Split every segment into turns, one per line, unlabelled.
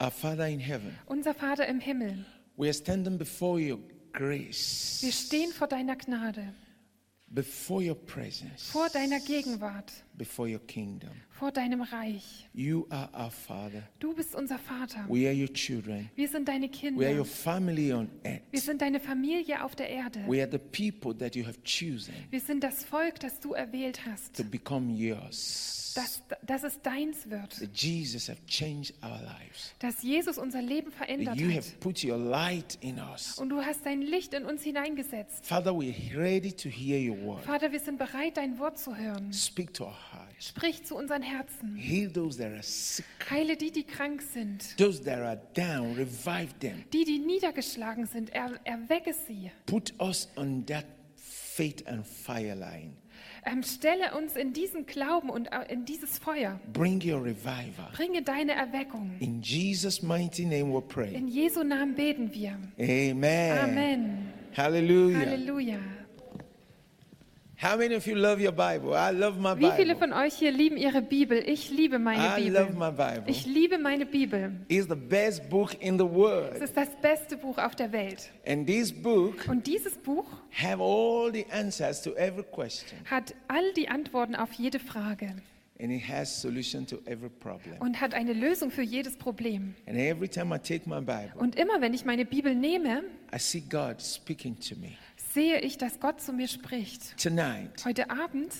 Our Father in heaven,
Unser Vater im Himmel,
we are standing before your grace,
wir stehen vor deiner Gnade,
before your presence,
vor deiner Gegenwart,
before your kingdom.
vor deinem Reich.
You are our Father.
Du bist unser Vater.
We are your children.
Wir sind deine
We are your
Kinder.
family on
Wir
earth.
sind deine Familie auf der Erde.
We are the people that you have chosen
Wir sind das Volk, das du erwählt hast,
to become yours.
dass, dass es deins wird,
That Jesus have changed our lives.
dass Jesus unser Leben
That Oh,
verändert
you
hat.
have put your light in us.
Und du hast dein Licht in uns hineingesetzt.
Father, we're ready to hear your word.
Vater, wir sind bereit, dein Wort zu hören.
Speak to our hearts.
Sprich zu unseren Herzen.
Heal those that are sick.
Heile die, die krank sind.
Those that are down, revive them.
Die, die niedergeschlagen sind, er, erwecke sie.
Put us on that faith and fire line.
Ähm, stelle uns in diesen Glauben und au- in dieses Feuer.
Bring your revival.
Bringe deine Erweckung.
In Jesus' mighty name we pray.
In Jesu Namen beten wir.
Amen.
Amen.
Hallelujah.
Halleluja.
How many of you love your Bible? I love my
Wie viele
Bible.
von euch hier lieben ihre Bibel? Ich liebe meine
I love
Bibel.
my Bible.
Ich liebe meine Bibel.
It's the best book in the
Es
world.
ist das beste Buch auf der Welt.
And this book
Und dieses Buch
have all the answers to every question.
hat all die Antworten auf jede Frage
And it has solution to every problem.
und hat eine Lösung für jedes Problem.
And every time I take my Bible,
Und immer wenn ich meine Bibel nehme,
I see God speaking to me.
sehe ich, dass Gott zu mir spricht.
Tonight,
Heute Abend,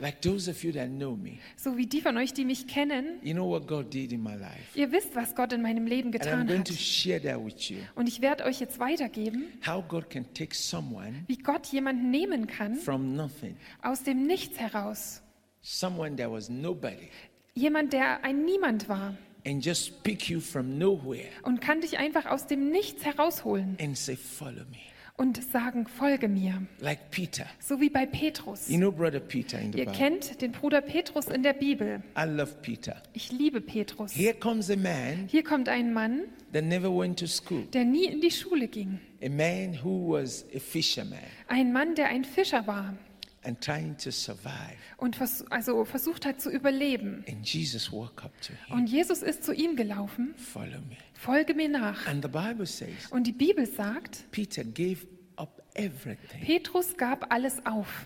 like those of you that know me,
so wie die von euch, die mich kennen,
you know what God did in my life.
ihr wisst, was Gott in meinem Leben
And I'm
getan
going to
hat.
share that with you.
Und ich werde euch jetzt weitergeben,
How God can take someone
wie Gott jemanden nehmen kann
from nothing,
aus dem Nichts heraus.
someone that was nobody,
Jemand, der ein Niemand war
and just pick you from nowhere
und kann dich einfach aus dem Nichts herausholen
and say, Follow me.
und sagen, folge mir.
Like Peter.
So wie bei Petrus.
You know, brother Peter in the
Ihr
Bible.
kennt den Bruder Petrus in der Bibel.
I love Peter.
Ich liebe Petrus.
Here comes a man
Hier kommt ein Mann,
that never went to school,
der nie in die Schule ging.
a man who was a fisherman
Ein Mann, der ein Fischer war
and trying to survive.
und vers also versucht hat zu überleben.
And Jesus walked up to him,
Und Jesus ist zu ihm gelaufen,
Follow me.
folge mir nach.
And the Bible says,
Und die Bibel sagt,
Peter gave up everything
Petrus gab alles auf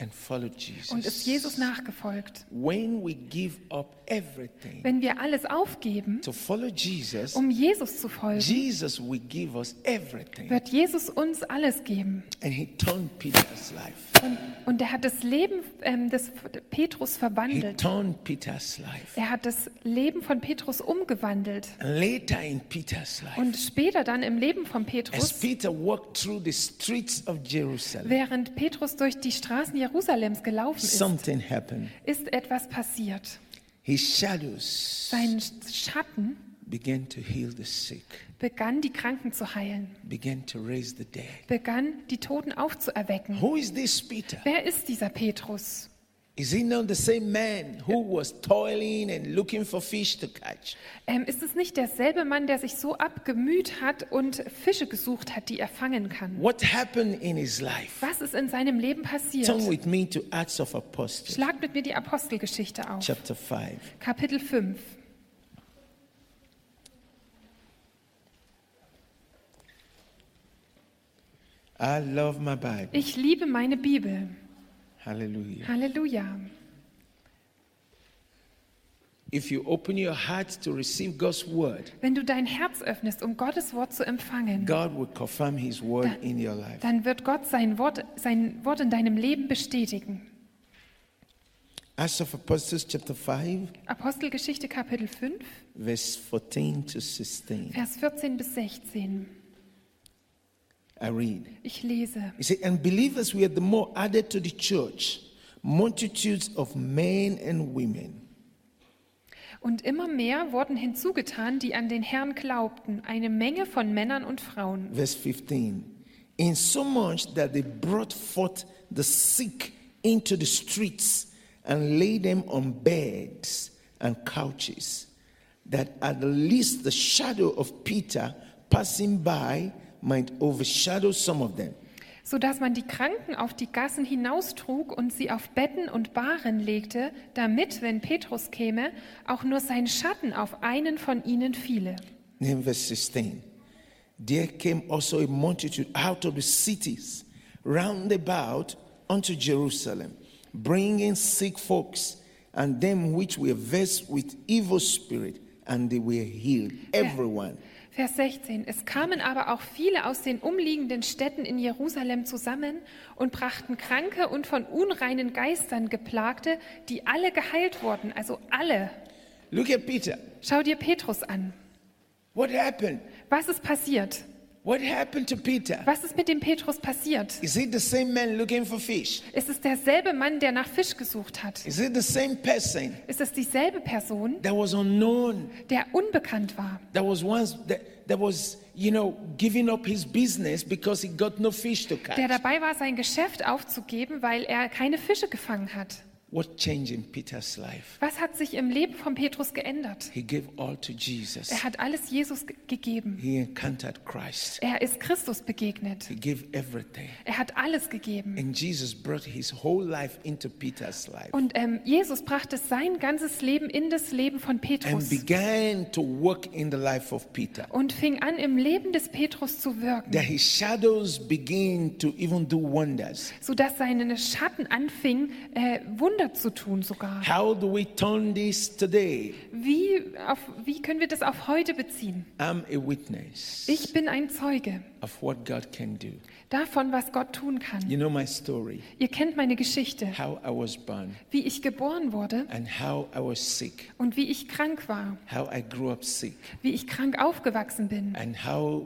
and followed
und
Jesus.
ist Jesus nachgefolgt.
When we give up everything
Wenn wir alles aufgeben,
to follow Jesus,
um Jesus zu folgen,
Jesus will give us everything.
wird Jesus uns alles geben.
And he turned Peter's life.
Und, und er hat das Leben ähm, des Petrus
He
verwandelt.
turned Peter's life.
Er hat das Leben von Petrus umgewandelt.
And later in Peter's life,
Und später dann im Leben von
as
Petrus,
Peter walked through the streets of Jerusalem,
während Petrus durch die Straßen Jerusalems gelaufen ist,
something happened.
ist etwas passiert.
His shadows
Sein Schatten
began to heal the sick,
begann die Kranken zu heilen,
began to raise the dead.
begann die Toten aufzuerwecken.
Who is this Peter?
Wer ist dieser Petrus?
Is he not the same man who was toiling and looking for fish to catch?
Ähm, ist es nicht derselbe Mann, der sich so abgemüht hat und Fische gesucht hat, die er fangen kann?
What happened in his life?
Was ist in seinem Leben passiert?
Turn with me to Acts of Apostles,
Schlag mit mir die Apostelgeschichte auf.
chapter 5.
Kapitel 5.
I love my Bible.
Ich liebe meine Bibel.
Hallelujah.
Halleluja.
If you open your heart to receive God's word,
Wenn du dein Herz öffnest, um Gottes Wort zu empfangen,
God will confirm his word in your life.
dann wird Gott sein Wort, sein Wort in deinem Leben bestätigen.
Acts of Apostles, chapter 5,
Apostelgeschichte Kapitel 5,
verse 14 to 16.
Vers 14 bis 16.
I read.
Ich lese.
He said, And believers were the more added to the church, multitudes of men and women,
Und immer mehr wurden hinzugetan, die an den Herrn glaubten, eine Menge von Männern und Frauen.
verse 15, insomuch that they brought forth the sick into the streets and laid them on beds and couches, that at the least the shadow of Peter passing by might overshadow some of them.
so dass man die Kranken auf die Gassen hinaustrug und sie auf Betten und Bahren legte, damit, wenn Petrus käme, auch nur sein Schatten auf einen von ihnen fiele.
Then verse 16. There came also a multitude out of the cities round about unto Jerusalem, bringing sick folks and them which were vexed with evil spirit, and they were healed. Everyone.
Vers 16. Es kamen aber auch viele aus den umliegenden Städten in Jerusalem zusammen und brachten Kranke und von unreinen Geistern geplagte, die alle geheilt wurden, also alle.
Look at Peter.
Schau dir Petrus an.
What happened?
Was ist passiert?
What happened to Peter?
Was ist mit dem Petrus passiert?
Is it the same man looking for fish?
Ist es derselbe Mann, der nach Fisch gesucht hat?
Is it the same person
Ist es dieselbe Person,
that was unknown,
der unbekannt war,
that was once that, that was, you know, giving up his business because he got no fish to
der
catch?
dabei war, sein Geschäft aufzugeben, weil er keine Fische gefangen hat?
What changed in Peter's life?
Was hat sich im Leben von Petrus geändert?
He gave all to Jesus.
Er hat alles Jesus ge- gegeben.
He encountered Christ.
Er ist Christus begegnet.
He gave everything.
Er hat alles gegeben.
And Jesus brought his whole life into Peter's life
Und ähm, Jesus brachte sein ganzes Leben in das Leben von
and
Petrus
began to work in the life of Peter.
und fing an, im Leben des Petrus zu wirken.
That his shadows begin to even do wonders.
sodass seine Schatten anfingen, äh, Wunder zu tun sogar.
How do we turn this today?
Wie, auf, wie können wir das auf heute beziehen?
I'm a witness
Ich bin ein Zeuge
of what God can do.
davon, was Gott tun kann.
You know my story,
Ihr kennt meine Geschichte,
how I was born
wie ich geboren wurde
and how I was sick,
und wie ich krank war,
how I grew up sick,
wie ich krank aufgewachsen bin
and how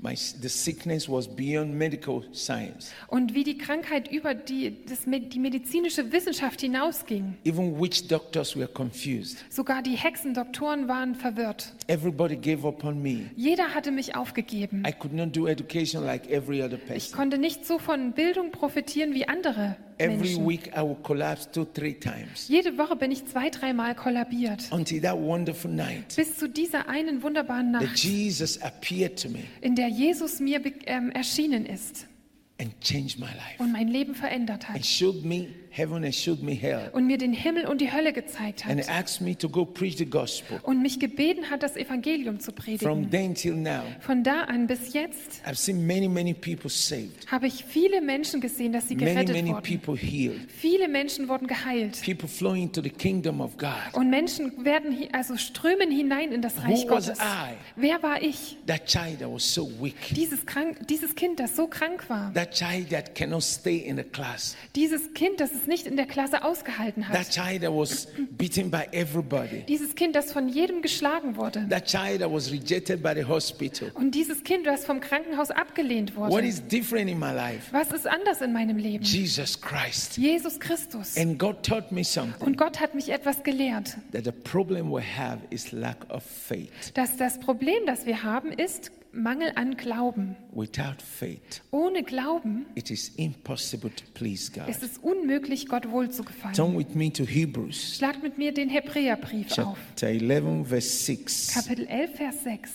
my, the sickness was beyond medical science,
und wie die Krankheit über die, das, Med- die medizinische Wissenschaft hinausging.
even which doctors were confused.
Sogar die Hexendoktoren waren verwirrt.
Everybody gave up on me.
Jeder hatte mich aufgegeben.
I could not do education like every other
Ich
person.
konnte nicht so von Bildung profitieren wie andere
Every
Menschen.
week I would collapse two, three times
Jede Woche bin ich zwei, dreimal kollabiert.
until that wonderful night
Bis zu dieser einen wunderbaren
that
Nacht,
Jesus appeared to me
in der Jesus mir be- ähm, erschienen ist
and changed my life
und mein Leben verändert
and
hat
showed me heaven and showed me hell
und mir den Himmel und die Hölle gezeigt
and
hat
asked me to go preach the gospel.
und mich gebeten hat, das Evangelium zu
From
predigen.
then till now,
Von da an bis jetzt
I've seen many, many people saved,
habe ich viele Menschen gesehen, dass sie
many,
gerettet
many
wurden.
people healed,
Viele Menschen wurden geheilt
people flowing to the kingdom of God.
und Menschen werden hi- also strömen hinein in das
Who
Reich
was
Gottes.
I?
Wer war ich?
That child that was so weak,
Dieses, krank, dieses Kind, das so krank war.
that child that cannot stay in the class,
Dieses Kind, das es nicht in der Klasse ausgehalten hat.
that child that was beaten by everybody,
Dieses Kind, das von jedem geschlagen wurde.
that child that was rejected by the hospital.
Und dieses Kind, das vom Krankenhaus abgelehnt
What
wurde.
is different in my life?
Was ist anders in meinem Leben?
Jesus Christ.
Jesus Christus.
And God taught me something
Und Gott hat mich etwas gelehrt,
that the problem we have is lack of faith.
dass das Problem, das wir haben, ist Mangel an Glauben.
Without faith,
Ohne Glauben
it is impossible to please God.
ist es unmöglich, Gott wohlzugefallen.
Turn with me to Hebrews
Schlagt mit mir den Hebräerbrief auf.
chapter 11, verse 6.
Kapitel 11, Vers 6.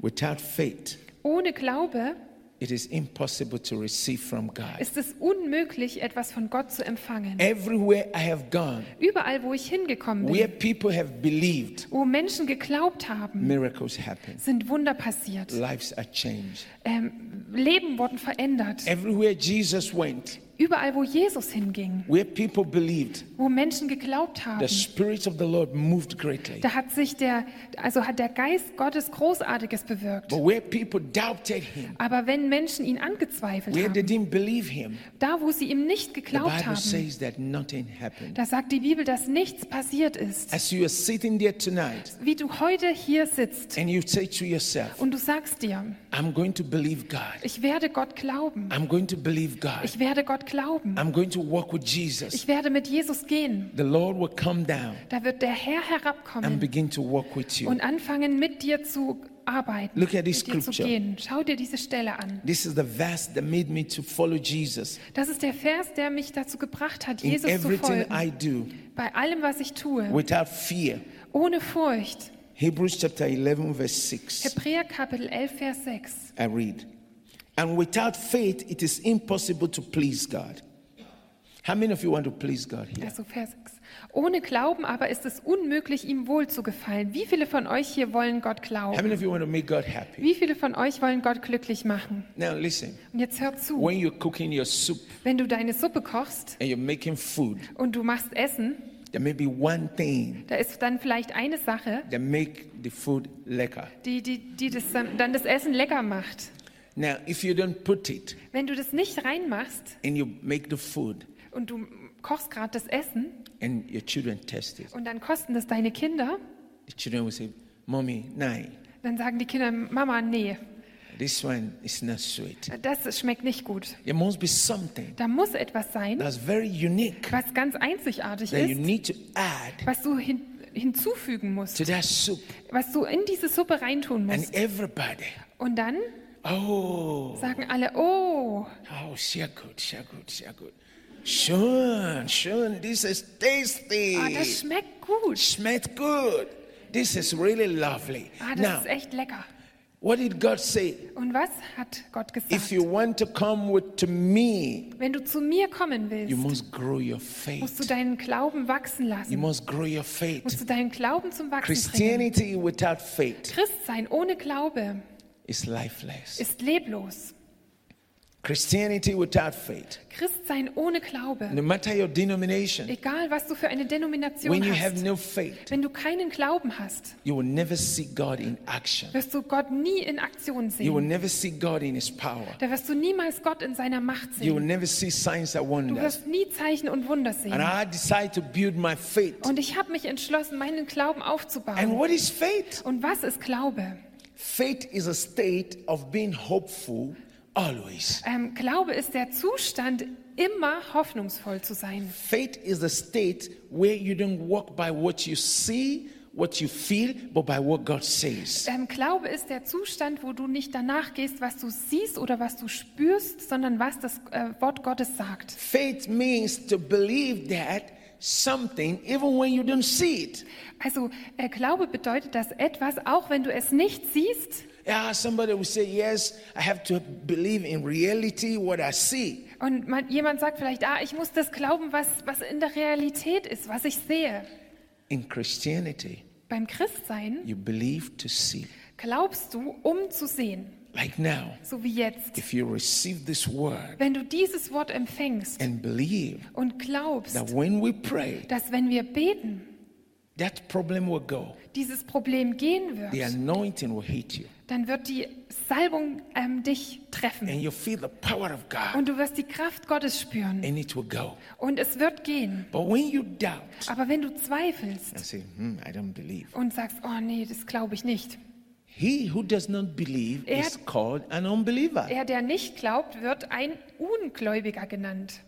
Without faith,
Ohne Glaube
it is impossible to receive from God.
ist es unmöglich, etwas von Gott zu empfangen.
Everywhere I have gone,
Überall, wo ich hingekommen
where
bin,
people have believed,
wo Menschen geglaubt haben,
miracles happen,
sind Wunder passiert.
lives are changed.
Ähm, Leben wurden verändert.
Everywhere Jesus went,
Überall, wo Jesus hinging,
where people believed,
wo Menschen geglaubt haben,
the Spirit of the Lord moved greatly.
da hat sich der, also hat der Geist Gottes Großartiges bewirkt.
But where people doubted him,
Aber wenn Menschen ihn angezweifelt
where they
haben,
didn't believe him,
da wo sie ihm nicht
the
geglaubt
Bible
haben,
says that nothing happened.
da sagt die Bibel, dass nichts passiert ist.
As you are sitting there tonight
Wie du heute hier sitzt
and you say to yourself,
und du sagst dir,
I'm going to believe God.
ich werde Gott glauben,
I'm going to believe God.
ich werde Gott glauben,
I'm going to walk with Jesus.
ich werde mit Jesus gehen,
The Lord will come down
da wird der Herr
and
herabkommen
begin to walk with you.
und anfangen mit dir zu arbeiten,
Look at this
mit dir zu
scripture.
gehen. Schau dir diese Stelle an.
This is the verse that made me to follow Jesus
Das ist der Vers, der mich dazu gebracht hat,
in
Jesus zu
everything
folgen.
I do
Bei allem, was ich tue,
without fear.
ohne Furcht.
Hebrews chapter 11, verse 6.
Hebräer Kapitel 11, Vers 6.
I read, And without faith, it is impossible to please God. How many of you want to please God here?
Also Vers 6. Ohne Glauben aber ist es unmöglich, ihm wohl zu gefallen. Wie viele von euch hier wollen Gott
How
glauben?
many of you want to make God happy?
Wie viele von euch wollen Gott glücklich machen?
Now, listen
Und jetzt hört zu.
when you're cooking your soup
Wenn du deine Suppe kochst
and you're making food,
und du machst Essen,
there may be one thing
da ist dann vielleicht eine Sache,
that make the food lecker.
die, die, die das dann dann das Essen lecker macht.
Now, if you don't put it
Wenn du das nicht reinmachst
and you make the food
und du kochst gerade das Essen
and your children taste it,
und dann kosten das deine Kinder,
the children will say, Mommy, nah,
dann sagen die Kinder, Mama, nee,
this one is not sweet.
das schmeckt nicht gut.
There must be something
Da muss etwas sein,
that's very unique
was ganz einzigartig
that you
ist,
need to add
was du hin, hinzufügen musst,
to that soup.
was du in diese Suppe reintun
And
musst.
everybody,
Und dann
oh,
sagen alle, oh,
Oh, sehr gut, sehr gut, sehr gut. Schön, schön, this is tasty.
ah, das schmeckt gut.
Schmeckt gut. This is really lovely.
Ah, das
now,
ist echt lecker.
what did God say?
Und was hat Gott
If
gesagt?
you want to come with to me,
Wenn du zu mir kommen
you
willst,
must grow
Oh,
your
musst du
faith.
deinen Glauben wachsen
You
lassen.
must grow your
Musst
faith.
du deinen Glauben zum Wachsen bringen.
Christianity without faith
Christsein ohne Glaube
is lifeless.
ist leblos.
Christianity without faith,
Christsein ohne Glaube,
no matter your denomination,
egal was du für eine
when
Denomination
you have
hast,
no faith,
wenn du keinen Glauben hast,
you will never see God in action.
wirst du Gott nie in Aktion
You will
sehen.
never see God in His power.
Da wirst du niemals Gott in seiner Macht
You will
sehen.
never see signs and
Du
wonders.
wirst nie Zeichen und Wunder
And
sehen.
I decide to build my faith.
Und ich habe mich entschlossen, meinen Glauben
And
aufzubauen.
what is faith?
Und was ist Glaube?
Faith is a state of being hopeful always.
Ähm, Glaube ist der Zustand, immer hoffnungsvoll zu sein.
Faith is a state where you don't walk by what you see, what you feel, but by what God says.
Ähm, Glaube ist der Zustand, wo du nicht danach gehst, was du siehst oder was du spürst, sondern was das äh, Wort Gottes sagt.
Faith means to believe that something, even when you don't see it.
Also äh, Glaube bedeutet, dass etwas, auch wenn du es nicht siehst,
Yeah, somebody will say, Yes, I have to believe in reality what I see.
und man, jemand sagt vielleicht, ah, ich muss das glauben, was, was in der Realität ist, was ich sehe.
In Christianity,
Beim Christsein
you believe to see.
glaubst du, um zu sehen,
Like now,
so wie jetzt.
if you receive this word
Wenn du dieses Wort empfängst
and believe
und glaubst,
that when we pray,
dass wenn wir beten,
that problem will go.
dieses Problem gehen
The
wird,
anointing will hit you,
dann wird die Salbung ähm, dich treffen.
and you feel the power of God,
Und du wirst die Kraft Gottes spüren.
and it will go.
Und es wird gehen.
But when you doubt
Aber wenn du zweifelst
and say, hmm, I don't believe,
und sagst, oh nee, das glaube ich nicht.
he who does not believe
Er-
is called an unbeliever.
Er, der nicht glaubt, wird ein Ungläubiger genannt.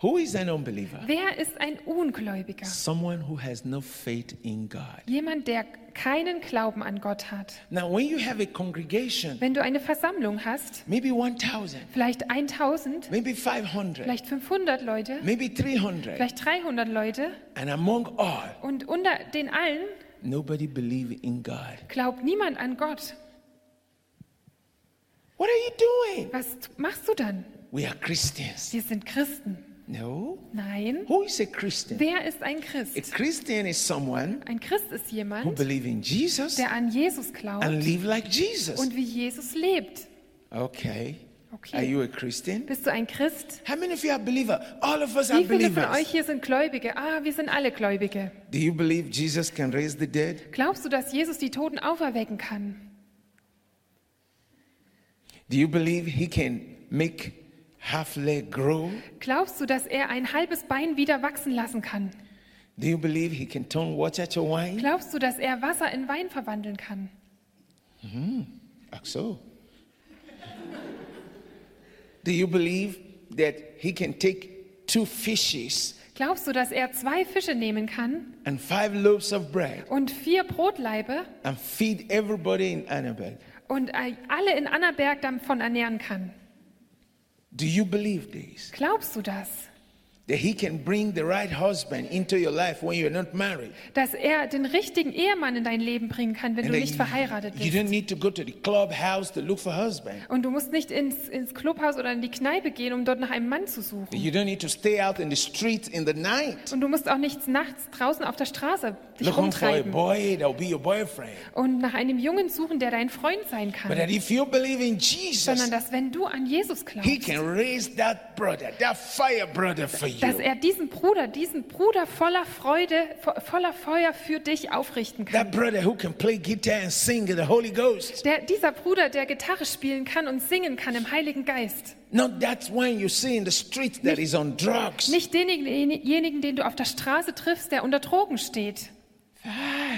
Who is an unbeliever?
Wer ist ein Ungläubiger?
Someone who has no faith in God.
Jemand, der keinen Glauben an Gott hat.
Now, when you have a congregation,
Wenn du eine Versammlung hast,
maybe 1,000,
vielleicht 1000,
maybe 500,
vielleicht 500 Leute,
maybe 300,
vielleicht 300 Leute
and among all,
und unter den allen
Nobody believe in God.
glaubt niemand an Gott.
What are you doing?
Was t- machst du dann?
We are Christians.
Wir sind Christen.
No.
Nein.
Who is a Christian?
Wer ist ein
A
Christ?
Christian is someone
Ein Christ ist
who
jemand,
believe in Jesus
der an Jesus glaubt
and live like Jesus.
und wie Jesus lebt.
Okay.
Okay.
Are you a Christian?
Bist du ein Christ?
How many of you are believer? All of us are
Wie viele von euch
believers.
hier sind Gläubige? Ah, wir sind alle Gläubige.
Do you believe Jesus can raise the dead?
Glaubst du, dass Jesus die Toten auferwecken kann?
Do you believe he can make half leg grow?
Glaubst du, dass er ein halbes Bein wieder wachsen lassen kann?
Do you believe he can turn water to wine?
Glaubst du, dass er Wasser in Wein verwandeln kann?
Ach so. Do you believe that he can take two fishes
Glaubst du, dass er zwei Fische nehmen kann
and five loaves of bread
und vier Brotlaibe
and feed everybody in Annabelle?
und äh, alle in Annaberg davon ernähren kann?
Do you believe this?
Glaubst du das?
that he can bring the right husband into your life when you're not married.
dass er den richtigen Ehemann in dein Leben bringen kann, wenn du
that
nicht
you-
verheiratet
You
bist.
don't need to go to the clubhouse to look for husband.
Und du musst nicht ins, ins Clubhaus oder in die Kneipe gehen, um dort nach einem Mann zu suchen.
You don't need to stay out in the street in the night
Und du musst auch nicht nachts draußen auf der Straße dich
looking for a
rumtreiben
boy that will be your boyfriend.
und nach einem Jungen suchen, der dein Freund sein
But
kann,
that if you believe in Jesus,
sondern dass wenn du an Jesus
he
glaubst,
can raise that brother, that fire brother for
dass
you.
er diesen Bruder, diesen Bruder voller Freude, vo- voller Feuer für dich aufrichten
That
kann.
brother who can play guitar and sing in the Holy Ghost.
Der, dieser Bruder, der Gitarre spielen kann und singen kann im Heiligen Geist.
Not that one you see in the street that is on drugs.
Nicht denjenigen, den du auf der Straße triffst, der unter Drogen steht.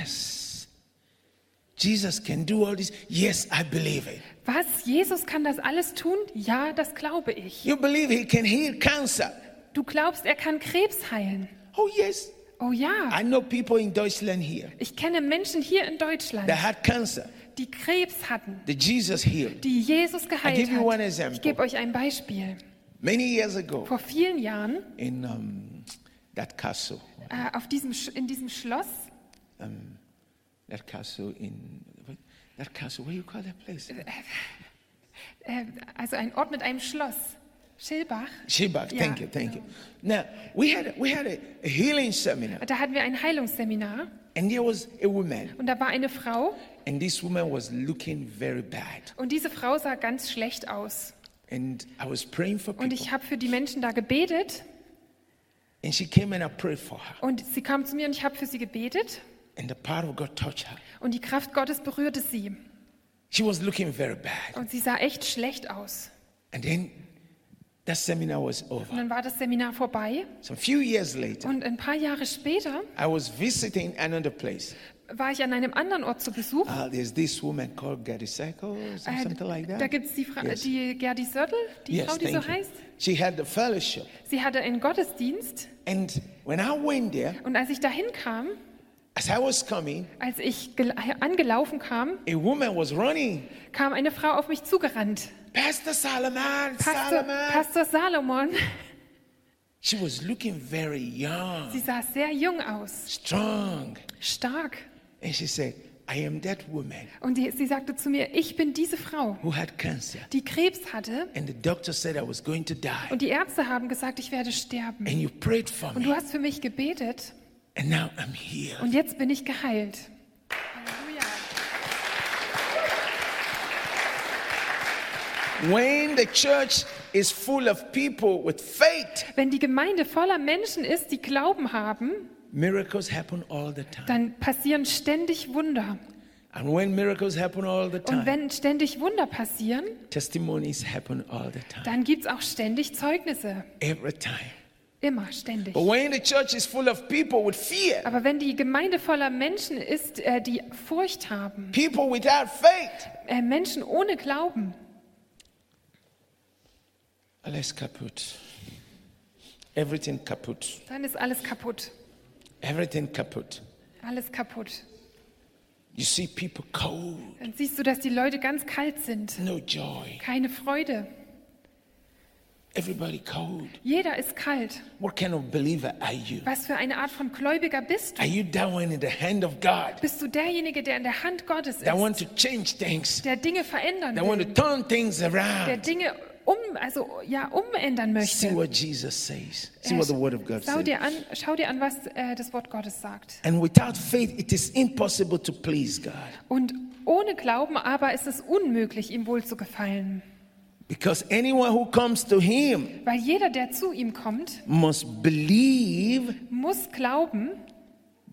Yes. Jesus can do all this. Yes, I believe it.
Was? Jesus kann das alles tun? Ja, das glaube ich.
You believe he can heal cancer.
Du glaubst, er kann Krebs heilen?
Oh, yes.
Oh ja.
I know people in Deutschland here
Ich kenne Menschen hier in Deutschland,
that had cancer.
die Krebs hatten,
that Jesus healed.
die Jesus
I
geheilt
give you one
hat.
example.
Ich gebe euch ein Beispiel.
Many years ago
Vor vielen Jahren
in um, that castle,
äh, auf diesem, Sch- in diesem Schloss,
that castle in, what, that castle, what do you call that place?
äh, also ein Ort mit einem Schloss, Schilbach,
Sheba, thank you,
Yeah.
thank you. Now, we had, we had a, a healing seminar,
da hatten wir ein Heilungsseminar
and there was a woman,
und da war eine Frau
and this woman was looking very bad.
und diese Frau sah ganz schlecht aus.
And I was praying for
Und
people,
ich habe für die Menschen da gebetet
and she came and I prayed for her,
und sie kam zu mir und ich habe für sie gebetet
and the power of God touched her.
und die Kraft Gottes berührte sie
She was looking very bad.
und sie sah echt schlecht aus.
And then that seminar was
Und
over.
dann war das Seminar vorbei
Some few years later,
und ein paar Jahre später
I was visiting another place.
war ich an einem anderen Ort zu Besuch.
Uh, there's this woman called Gaddy Cycles or
Äh,
something like that.
Da gibt es die, Fra
Yes.
die Gerdi Sörtel, die
Yes,
Frau, die so
thank you.
heißt.
She had the fellowship.
Sie hatte einen Gottesdienst
And when I went there,
und als ich dahin kam,
as I was coming,
als ich gel- angelaufen kam,
a woman was running.
kam eine Frau auf mich zugerannt.
Pastor Solomon,
Pastor,
Solomon.
Pastor Salomon,
She was looking very young,
sie sah sehr jung aus,
strong.
stark.
And she said, I am that woman
Und die, sie sagte zu mir, ich bin diese Frau,
who had cancer.
die Krebs hatte
And the doctor said I was going to die.
und die Ärzte haben gesagt, ich werde sterben.
And you prayed for
Und du
me.
hast für mich gebetet
And now I'm here.
und jetzt bin ich geheilt. Halleluja.
When the church is full of people with faith,
Wenn die Gemeinde voller Menschen ist, die Glauben haben,
Miracles happen all the time.
dann passieren ständig Wunder.
And when miracles happen all the
Und
time,
wenn ständig Wunder passieren,
testimonies happen all the time.
dann gibt es auch ständig Zeugnisse.
Every time.
Immer, ständig.
But when the church is full of people with fear,
Aber wenn die Gemeinde voller Menschen ist, äh, die Furcht haben,
people without faith,
äh, Menschen ohne Glauben,
alles kaput. Everything kaput.
dann ist alles kaputt.
Everything kaput.
Alles kaputt.
You see people cold,
Dann siehst du, dass die Leute ganz kalt sind.
no joy.
Keine Freude.
Everybody cold.
Jeder ist kalt.
What kind of believer are you?
Was für eine Art von Gläubiger bist du?
Are you that one in the hand of God?
Bist du derjenige, der in der Hand Gottes
That
ist,
want to change things?
der Dinge verändern
That want
will,
to turn things
der
around?
Dinge um, also, ja, umändern
See
möchte?
what Jesus says. See what the Word of God
schau,
says.
dir an, schau dir an, was äh, das Wort Gottes sagt.
And without faith, it is impossible to please God
Und ohne Glauben aber ist es unmöglich, ihm wohl zu gefallen.
because anyone who comes to Him
Weil jeder, der zu ihm kommt,
must believe
muss glauben,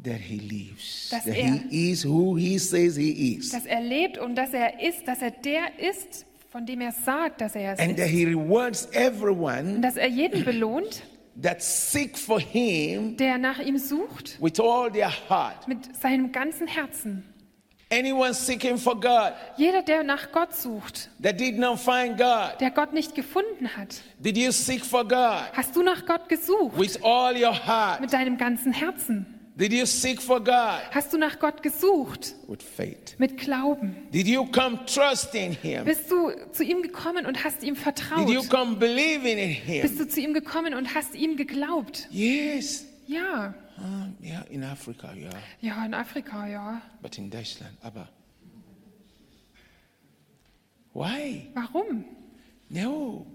that He lives,
Dass
that
er-
He is who He says He is,
dass er lebt und dass er ist, dass er der ist, von dem er sagt, dass er es
and
ist.
that He rewards
Und
everyone
dass er jeden belohnt,
that seek for Him
der nach ihm sucht,
with all their heart.
mit seinem ganzen Herzen.
Anyone seeking for God
Jeder, der nach Gott sucht,
that did not find God,
der Gott nicht gefunden hat.
did you seek for God
Hast du nach Gott gesucht?
with all your heart?
Mit deinem ganzen Herzen.
Did you seek for God
Hast du nach Gott gesucht?
with faith?
Mit Glauben.
Did you come trusting Him?
Bist du zu ihm gekommen und hast ihm
Did you
vertraut?
come believing in Him?
Bist du zu ihm gekommen und hast ihm geglaubt?
Yes.
Ja.
Ah, yeah, in Africa, yeah.
Ja, in Afrika, ja.
But in Deutschland, Abba. Why?
Warum?
No.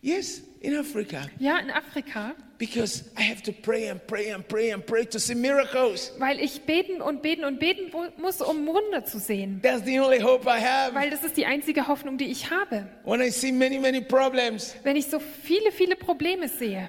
Yes, in Africa.
Ja, in Afrika.
Because I have to pray and pray and pray and pray to see miracles.
Weil ich beten und beten und beten wo- muss, um Wunder zu sehen.
That's the only hope I have.
Weil das ist die einzige Hoffnung, die ich habe.
When I see many, many problems,
Wenn ich so viele, viele Probleme sehe,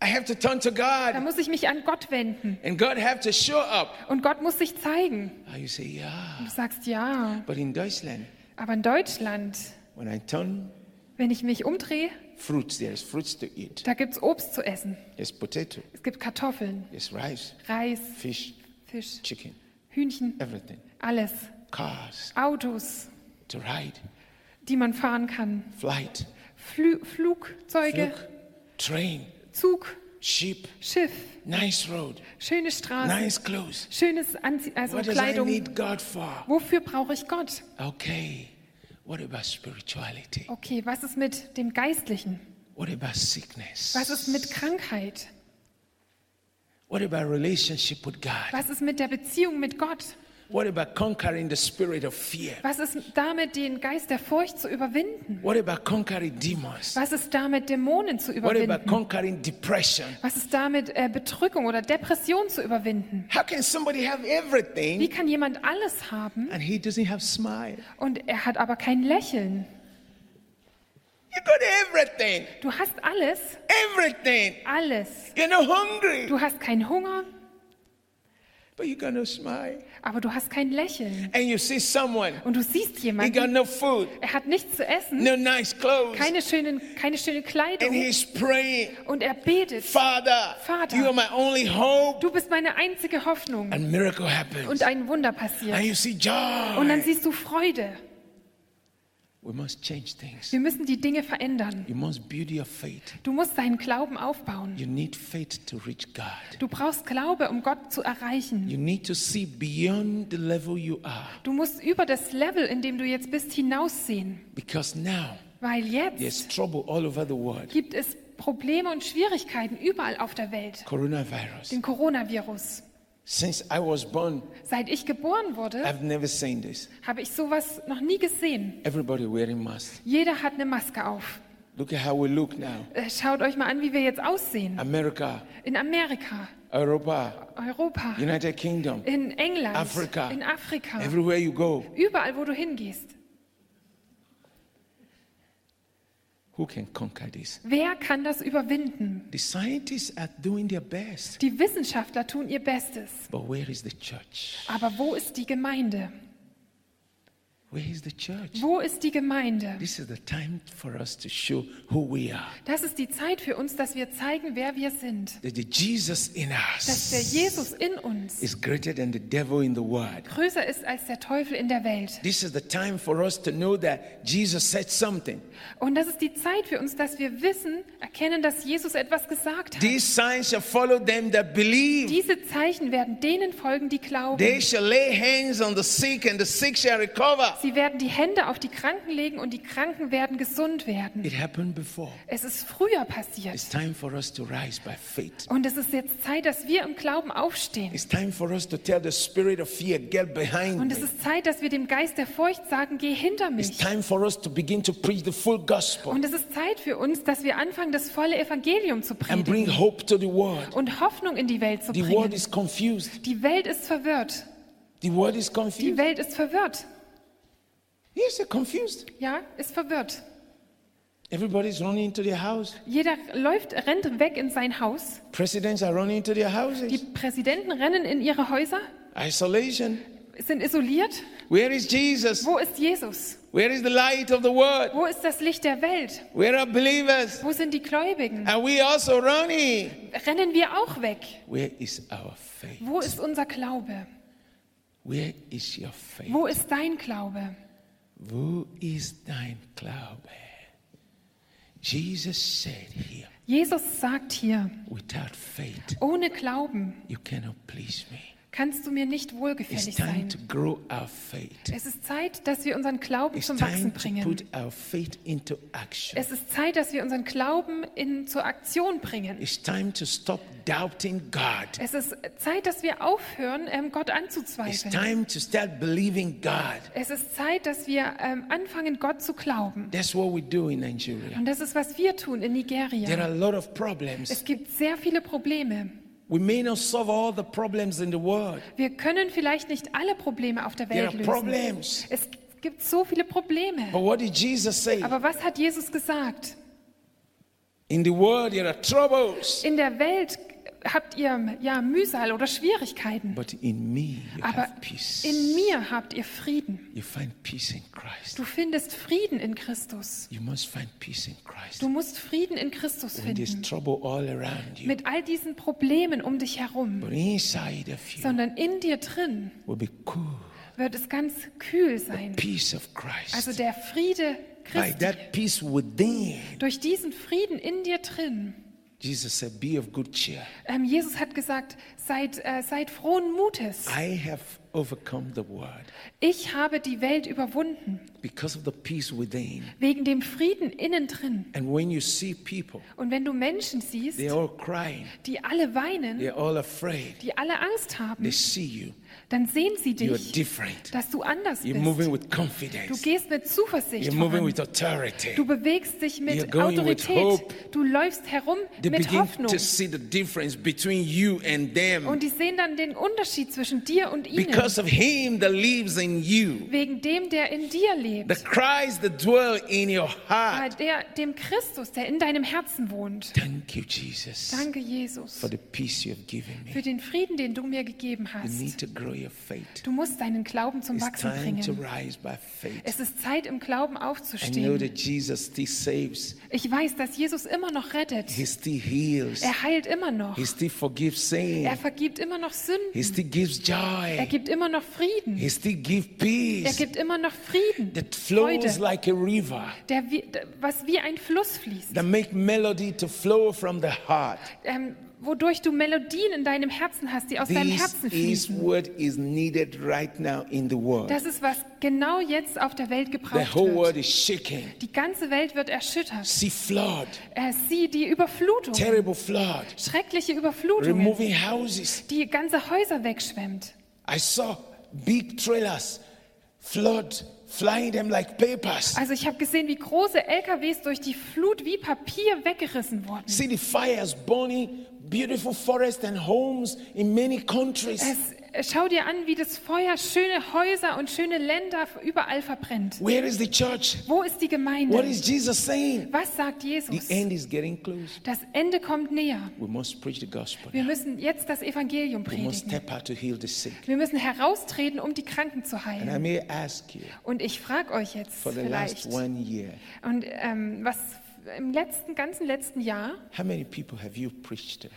I have to turn to
dann
God.
muss ich mich an Gott wenden.
And God have to show up.
Und Gott muss sich zeigen.
And you say, yeah.
Und du sagst, ja.
But in Deutschland,
Aber in Deutschland,
when I turn
wenn ich mich umdrehe,
fruits, there's fruits to eat.
da gibt es Obst zu essen.
There's potato,
Es gibt Kartoffeln,
there's rice,
Reis,
fish,
Fisch,
chicken,
Hühnchen,
everything.
alles.
Cars
Autos,
to ride,
die man fahren kann.
flight,
Flü Flugzeuge,
look, train,
Zug,
ship,
Schiff,
nice road,
schöne Straßen.
nice clothes.
Schönes Anzie also
What does I
Kleidung.
need God for?
Wofür brauche ich Gott?
Okay. What about spirituality?
Okay, was ist mit dem Geistlichen?
What about sickness?
Was ist mit Krankheit?
What about relationship with God?
Was ist mit der Beziehung mit Gott?
What about conquering the spirit of fear?
Was ist damit, den Geist der Furcht zu überwinden?
What about conquering demons?
Was ist damit, Dämonen zu
What about
überwinden?
conquering depression?
Was ist damit, äh, Bedrückung oder Depression zu überwinden?
How can somebody have
Wie
everything
kann jemand alles haben
and he doesn't have smile?
und er hat aber kein Lächeln?
You got everything,
Du hast alles,
everything.
alles.
You're not hungry,
Du hast keinen Hunger,
but you got no smile.
aber du hast kein Lächeln.
And you see someone,
Und du siehst
he got
jemanden,
no food,
er hat nichts zu essen.
no nice clothes,
keine, schönen, keine schöne
and
Kleidung
he's praying,
und er betet,
Father,
Vater.
you are my only hope.
du bist meine einzige Hoffnung
And miracle happens.
und ein Wunder
And
passiert.
you see joy.
Und dann siehst du Freude.
we must change things.
Wir müssen die Dinge verändern.
You must build your faith.
Du musst deinen Glauben aufbauen.
You need faith to reach God.
Du brauchst Glaube, um Gott zu erreichen.
You need to see beyond the level you are.
Du musst über das Level, in dem du jetzt bist, hinaussehen.
Because now
Weil
there's
jetzt
trouble all over the world.
gibt es Probleme und Schwierigkeiten überall auf der Welt.
Coronavirus.
Den Coronavirus.
Since I was born,
Seit ich geboren wurde,
I've never seen this.
habe ich sowas noch nie gesehen.
Everybody wearing masks.
Jeder hat eine Maske auf.
Look at how we look now.
Äh, Schaut euch mal an, wie wir jetzt aussehen.
America,
In Amerika,
Europa,
Europa,
United Kingdom,
in England,
Africa.
in Afrika,
everywhere you go,
überall, wo du hingehst.
who can conquer this?
Wer kann das überwinden?
The scientists are doing their best.
Die Wissenschaftler tun ihr Bestes.
But where is the church?
Aber wo ist die Gemeinde?
Where is the church?
Wo ist die Gemeinde?
This is the time for us to show who we are.
Das ist die Zeit für uns, dass wir zeigen, wer wir sind.
That the Jesus in
Dass der
us
Jesus in uns
is greater than the devil in the world.
größer ist als der Teufel in der Welt.
This is the time for us to know that Jesus said something.
Und das ist die Zeit für uns, dass wir wissen, erkennen, dass Jesus etwas gesagt hat.
These signs shall follow them that believe.
Diese Zeichen werden denen folgen, die glauben.
They shall lay hands on the sick, and the sick shall recover.
Sie werden die Hände auf die Kranken legen und die Kranken werden gesund werden.
It happened before.
Es ist früher
It's
passiert.
time for us to rise by faith.
Und es ist jetzt Zeit, dass wir im Glauben aufstehen.
It's time for us to tell the spirit of fear, get behind
Und es
me.
ist Zeit, dass wir dem Geist der Furcht sagen, geh hinter
It's
mich.
time for us to begin to preach the full gospel
Und es ist Zeit für uns, dass wir anfangen, das volle Evangelium zu
and bring
predigen
hope to the world.
und Hoffnung in die Welt zu
The world
bringen.
is confused.
Die Welt ist verwirrt.
The world is
Die
confused.
Welt ist verwirrt.
Yes, they're confused.
Ja, ist verwirrt.
Everybody's running into their house.
Jeder läuft, rennt weg in sein Haus.
Presidents are running into their
Die
houses.
Präsidenten rennen in ihre Häuser,
Isolation.
sind isoliert.
Where is Jesus?
Wo ist Jesus?
Where is the light of the world?
Wo ist das Licht der Welt?
Where are believers?
Wo sind die Gläubigen?
Are we also running?
Rennen wir auch weg?
Where is our faith?
Wo ist unser Glaube?
Where is your faith?
Wo ist dein Glaube?
Wo ist dein Glaube? Jesus said here,
Jesus sagt hier,
without faith,
ohne Glauben
you cannot please me.
kannst du mir nicht
It's
wohlgefällig
time to
sein.
grow our faith.
Es ist Zeit, dass wir unseren Glauben
It's
zum
time
Wachsen
to
bringen.
put our faith into action.
Es ist Zeit, dass wir unseren Glauben in, zur Aktion bringen.
It's time to stop doubting God.
Es ist Zeit, dass wir aufhören, ähm, Gott
It's
anzuzweifeln.
time to start believing God.
Es ist Zeit, dass wir ähm, anfangen, Gott zu glauben.
That's what we do in Nigeria.
Und das ist, was wir tun in
There
Nigeria.
are a lot of problems.
Es gibt sehr viele Probleme.
We may not solve all the problems in the world.
Wir können vielleicht nicht alle Probleme auf der
There
Welt
are
lösen.
problems.
Es gibt so viele Probleme.
But what did Jesus say?
Aber was hat Jesus gesagt?
In the world there are troubles,
In der Welt habt ihr ja Mühsal oder Schwierigkeiten,
but in me you
aber
have peace.
in mir habt ihr Frieden.
You find peace in Christ.
Du findest Frieden in Christus.
You must find peace in Christ.
Du musst Frieden in Christus
When there's
finden.
trouble all around you,
Mit all diesen Problemen um dich herum,
but inside of you
sondern in dir drin
will be cool.
wird es ganz kühl sein.
Peace of
Also
Christ.
der Friede
By
Christi.
that peace within,
Durch diesen Frieden in dir drin.
Jesus said, Be of good cheer.
Ähm, Jesus hat gesagt, seid, äh, seid frohen Mutes.
I have overcome the world
Ich habe die Welt überwunden,
because of the peace within.
wegen dem Frieden innen drin.
And when you see people,
Und wenn du Menschen siehst,
they're all crying,
die alle weinen,
they're all afraid.
die alle Angst
They
haben,
see you.
dann sehen sie
You're
dich,
different.
dass du anders
You're moving
bist.
with
Du
confidence.
gehst mit Zuversicht
You're moving
voran.
with authority.
Du bewegst dich
You're
mit
going with hope.
Autorität. Du läufst herum
They
mit
begin
Hoffnung.
to see the difference between you and them
Und die sehen dann den Unterschied zwischen dir und ihnen.
because of Him that lives in you,
wegen dem, der in dir
the
lebt,
Christ that dwells in your
bei
heart.
der, dem Christus, der in deinem Herzen wohnt.
Thank you, Jesus,
Danke, Jesus,
for the peace you have given me.
für den Frieden, den du mir gegeben
You need
hast.
to grow your faith.
Du musst deinen Glauben zum
It's
Wachsen
time to
bringen.
rise by faith.
Es ist Zeit, im Glauben
I know
aufzustehen.
that Jesus still saves.
Ich weiß, dass Jesus immer noch rettet.
He still heals.
Er heilt immer noch.
He still forgives
Er
sin.
vergibt immer noch
He
Sünden.
still gives
Er
joy.
gibt immer noch Frieden.
He still gives
Er
peace
gibt immer noch Frieden,
that flows
Freude,
like a river,
der wie, der- was wie ein Fluss fließt,
that make melody to flow from the heart.
ähm, wodurch du Melodien in deinem Herzen hast, die aus deinem
This
Herzen
is
fließen.
what is needed right now in the world.
Das ist, was genau jetzt auf der Welt
The
gebraucht
whole world
wird.
is shaking.
Die ganze Welt wird erschüttert.
See flood,
Äh, sieh die Überflutung,
terrible flood,
schreckliche Überflutung,
removing houses.
die ganze Häuser wegschwemmt.
I saw big trailers flood, flying them like papers.
Also ich habe gesehen, wie große LKWs durch die Flut wie Papier weggerissen wurden.
See the fires burning beautiful forests and homes in many countries.
Es, äh, schau dir an, wie das Feuer schöne Häuser und schöne Länder überall verbrennt.
Where is the church?
Wo ist die
What
Gemeinde?
is Jesus saying?
Was sagt
The
Jesus?
end is getting close.
Das Ende kommt näher.
We must preach the gospel.
Wir müssen jetzt das Evangelium
We must
predigen.
step out to heal the sick.
Wir müssen heraustreten, um die Kranken zu
And
heilen.
I may ask you,
Und ich frage euch jetzt
for the last
vielleicht,
one year,
und ähm, was im letzten, ganzen letzten Jahr,
how many people have you preached to?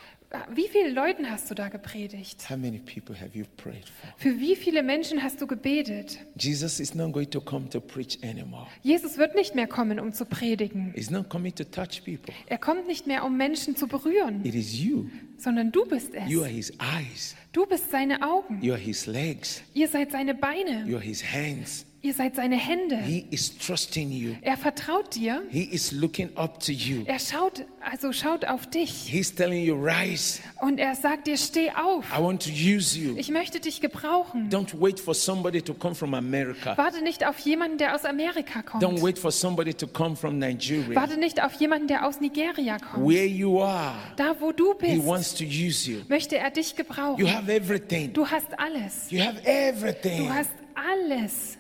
wie vielen Leuten hast du da gepredigt?
How many people have you prayed for?
Für wie viele Menschen hast du gebetet?
Jesus is not going to come to preach anymore.
Jesus wird nicht mehr kommen, um zu predigen.
He's not coming to touch people.
Er kommt nicht mehr, um Menschen zu berühren,
It is you.
sondern du bist
You are
es.
his eyes.
Du bist seine Augen.
You are his legs.
Ihr seid seine Beine.
You are his hands.
Ihr seid seine Hände.
He is trusting you.
Er vertraut dir.
He is looking up to you.
Er schaut, also schaut auf dich.
He's telling you, rise.
Und er sagt dir, steh auf.
I want to use you.
Ich möchte dich gebrauchen.
Don't wait for somebody to come from America.
Warte nicht auf jemanden, der aus Amerika kommt.
Don't wait for somebody to come from Nigeria.
Warte nicht auf jemanden, der aus Nigeria kommt.
Where you are,
da, wo du
he
bist,
wants to use you.
möchte er dich gebrauchen.
You have everything.
du hast alles.
You have
Du
everything.
hast alles.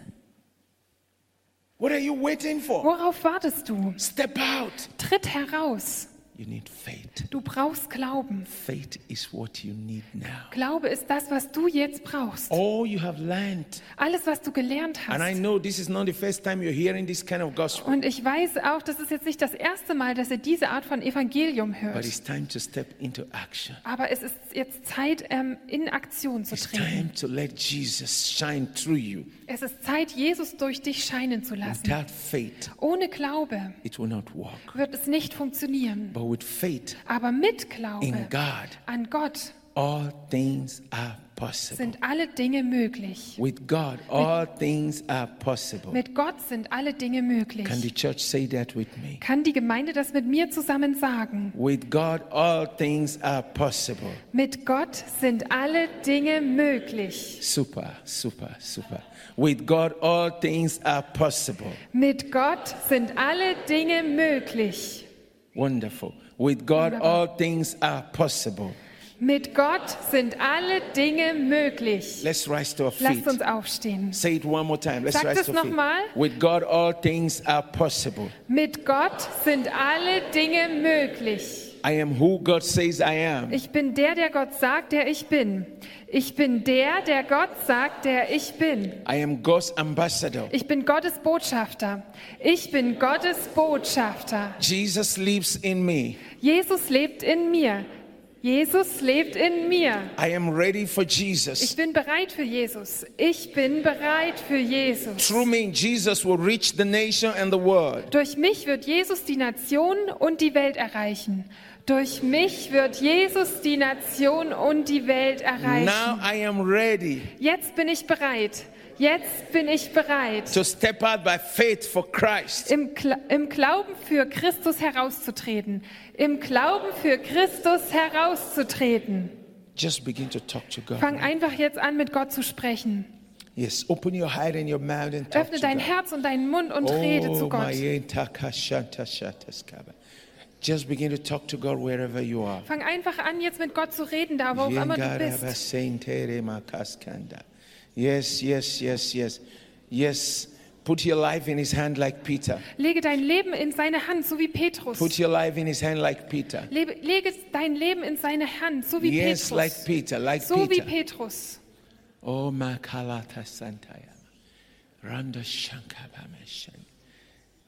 What are you waiting for?
Worauf wartest du?
Step out.
Tritt heraus.
You need faith.
Du brauchst Glauben.
Faith is what you need now.
Glaube ist das, was du jetzt brauchst.
All you have learned,
Alles, was du gelernt
Oh. and I
hast.
know this is not the first time you're hearing this kind of gospel,
Und ich weiß auch, das ist jetzt nicht das erste Mal, dass ihr diese Art von Evangelium
but
hört.
it's time to step into action.
Aber es ist jetzt Zeit, ähm, in Aktion zu
It's
treten.
time to let Jesus shine through you.
Es ist Zeit, Jesus durch dich scheinen zu lassen.
Without faith,
Ohne Glaube
it will not work.
wird es nicht funktionieren.
But with faith
Aber mit
in
Glaube
God,
an Gott
all things are possible.
sind alle Dinge möglich.
With God, all things are possible.
Mit Gott sind alle Dinge
Can the
möglich.
church say that with me?
Kann die Gemeinde das mit mir zusammen sagen?
With God, all things are possible.
Mit Gott sind alle Dinge möglich.
Super, super, super. With God, all things are possible.
Mit Gott sind alle Dinge möglich.
Wonderful. With God, all things are possible.
Mit Gott sind alle Dinge möglich.
Let's rise to our feet.
Lasst uns aufstehen.
Say it one more time. Let's
Sagt
rise
es
to our
noch mal.
feet. With God, all things are possible.
Mit Gott sind alle Dinge möglich.
I am who God says I am.
Ich bin der, der Gott sagt, der ich bin. Ich bin der, der Gott sagt, der ich bin.
I am God's ambassador.
Ich bin Gottes Botschafter. Ich bin Gottes Botschafter.
Jesus lives in me.
Jesus lebt in mir. Jesus lebt in mir.
I am ready for
Ich
Jesus.
bin bereit für Jesus. Ich bin bereit für Jesus.
Through me, Jesus will reach the nation and the world.
Durch mich wird Jesus die Nation und die Welt erreichen. Durch mich wird Jesus die Nation und die Welt
Now
erreichen.
I am ready
Jetzt bin ich bereit. Jetzt bin ich bereit,
to step out by faith for Christ.
im, Gla im Glauben für Christus herauszutreten. Im Glauben für Christus herauszutreten.
Just begin to talk to God.
Fang einfach jetzt an, mit Gott zu sprechen.
Yes, open your heart and your mouth and talk
Öffne
to
dein
God.
Herz und deinen Mund und rede zu
Oh,
Gott.
my takashantashataskaba. Just begin to talk to God wherever you are.
Fang einfach an, jetzt mit Gott zu reden, da wo auch immer du bist.
Yengarabasenteremakaskanda. Yes, yes, yes, yes. Yes. Put your life in his hand like Peter.
Lege dein Leben in seine Hand, so wie Petrus.
Put your life in his hand like Peter.
Lebe, lege dein Leben in seine Hand, so wie
Yes,
Petrus.
like Peter, like
so wie
Peter.
Petrus.
Oh, Makalata Santayama. Randa Shankabame Shan.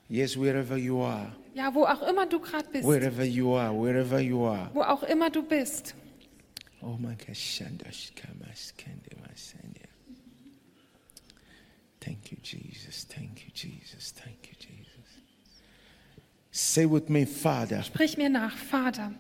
Yes, wherever you are,
Ja, wo auch immer du gerade bist.
wherever you are, wherever you are.
Wo auch immer du bist.
Oh, Makashandashkamaskandemasandya. Thank you, Jesus. Thank you, Jesus. Thank you, Jesus. Say with me, Father,
Sprich mir nach, Vater.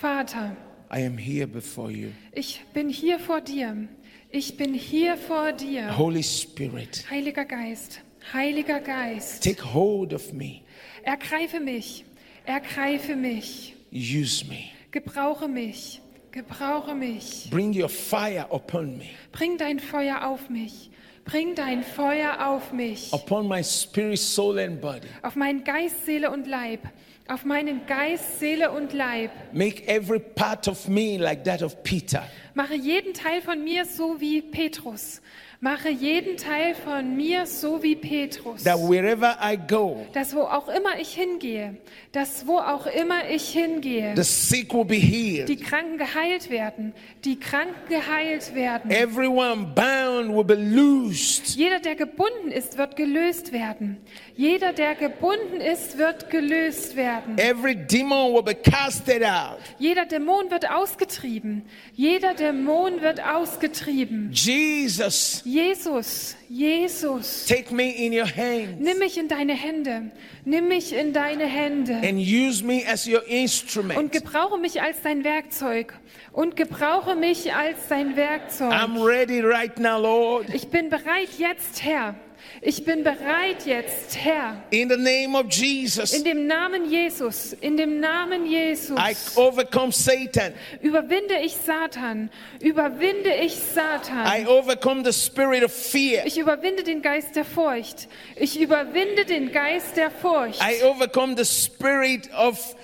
Vater,
I am here before you.
ich bin hier vor dir. Ich bin hier vor dir.
Holy Spirit,
Heiliger Geist, Heiliger Geist,
take hold of me.
ergreife mich, ergreife mich.
Use me.
Gebrauche mich, gebrauche mich.
Bring your fire upon me,
Bring dein Feuer auf mich. Bring dein Feuer auf mich.
upon my spirit, soul, and body.
Auf meinen Geist, Seele und Leib. Auf meinen Geist, Seele und Leib.
Make every part of me like that of Peter.
Mache jeden Teil von mir so wie Petrus. Mache jeden Teil von mir so wie Petrus.
That wherever I go,
Dass wo auch immer ich hingehe, dass wo auch immer ich hingehe,
the sick will be healed.
die Kranken geheilt werden, die Kranken geheilt werden.
Everyone bound will be loosed.
Jeder, der gebunden ist, wird gelöst werden. Jeder, der gebunden ist, wird gelöst werden.
Every demon will be casted out.
Jeder Dämon wird ausgetrieben. Jeder Dämon wird ausgetrieben.
Jesus,
Jesus, Jesus,
take me in your hand
nimm mich in deine Hände. Nimm mich in deine Hände.
and use me as your
Und
instrument.
gebrauche mich als dein Werkzeug. Und gebrauche mich als dein Werkzeug.
I'm ready right now, Lord.
Ich bin bereit jetzt, Herr. Ich bin bereit jetzt, Herr.
In the name of Jesus,
In dem Namen Jesus, in dem Namen Jesus.
I overcome Satan.
Überwinde ich Satan, überwinde ich
I
Satan.
overcome the spirit of fear.
Ich überwinde den Geist der Furcht. Ich überwinde den Geist der Furcht.
I overcome the spirit of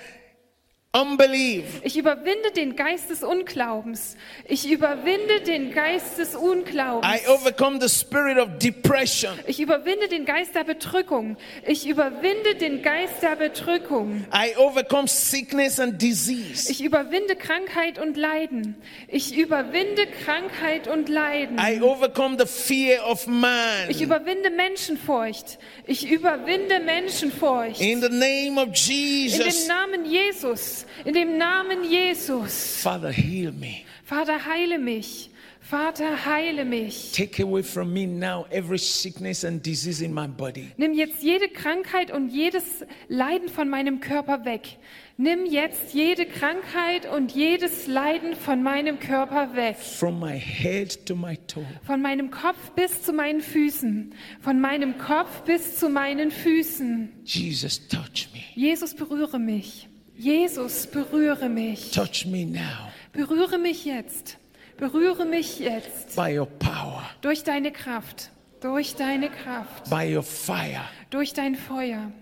unbelief.
Ich überwinde den Geist des Unglaubens. Ich überwinde den Geist des Unglaubens.
I overcome the spirit of depression.
Ich überwinde den Geist der Bedrückung. Ich überwinde den Geist der Bedrückung.
I overcome sickness and disease.
Ich überwinde Krankheit und Leiden. Ich überwinde Krankheit und Leiden.
I overcome the fear of man.
Ich überwinde Menschenfurcht. Ich überwinde Menschenfurcht.
In the name of
In dem
Jesus,
Namen Jesus, in dem Namen Jesus.
Father, heal me.
Vater, heile mich. Vater, heile mich.
Take away from me now every sickness and disease in my body.
Nimm jetzt jede Krankheit und jedes Leiden von meinem Körper weg. Nimm jetzt jede Krankheit und jedes Leiden von meinem Körper weg.
From my head to my toe.
Von meinem Kopf bis zu meinen Füßen. Von meinem Kopf bis zu meinen Füßen.
Jesus, touch me.
Jesus, berühre mich. Jesus, berühre mich.
Touch me now
Berühre mich jetzt. Berühre mich jetzt.
by your power,
Durch deine Kraft, durch deine Kraft,
by your fire.
durch dein Feuer,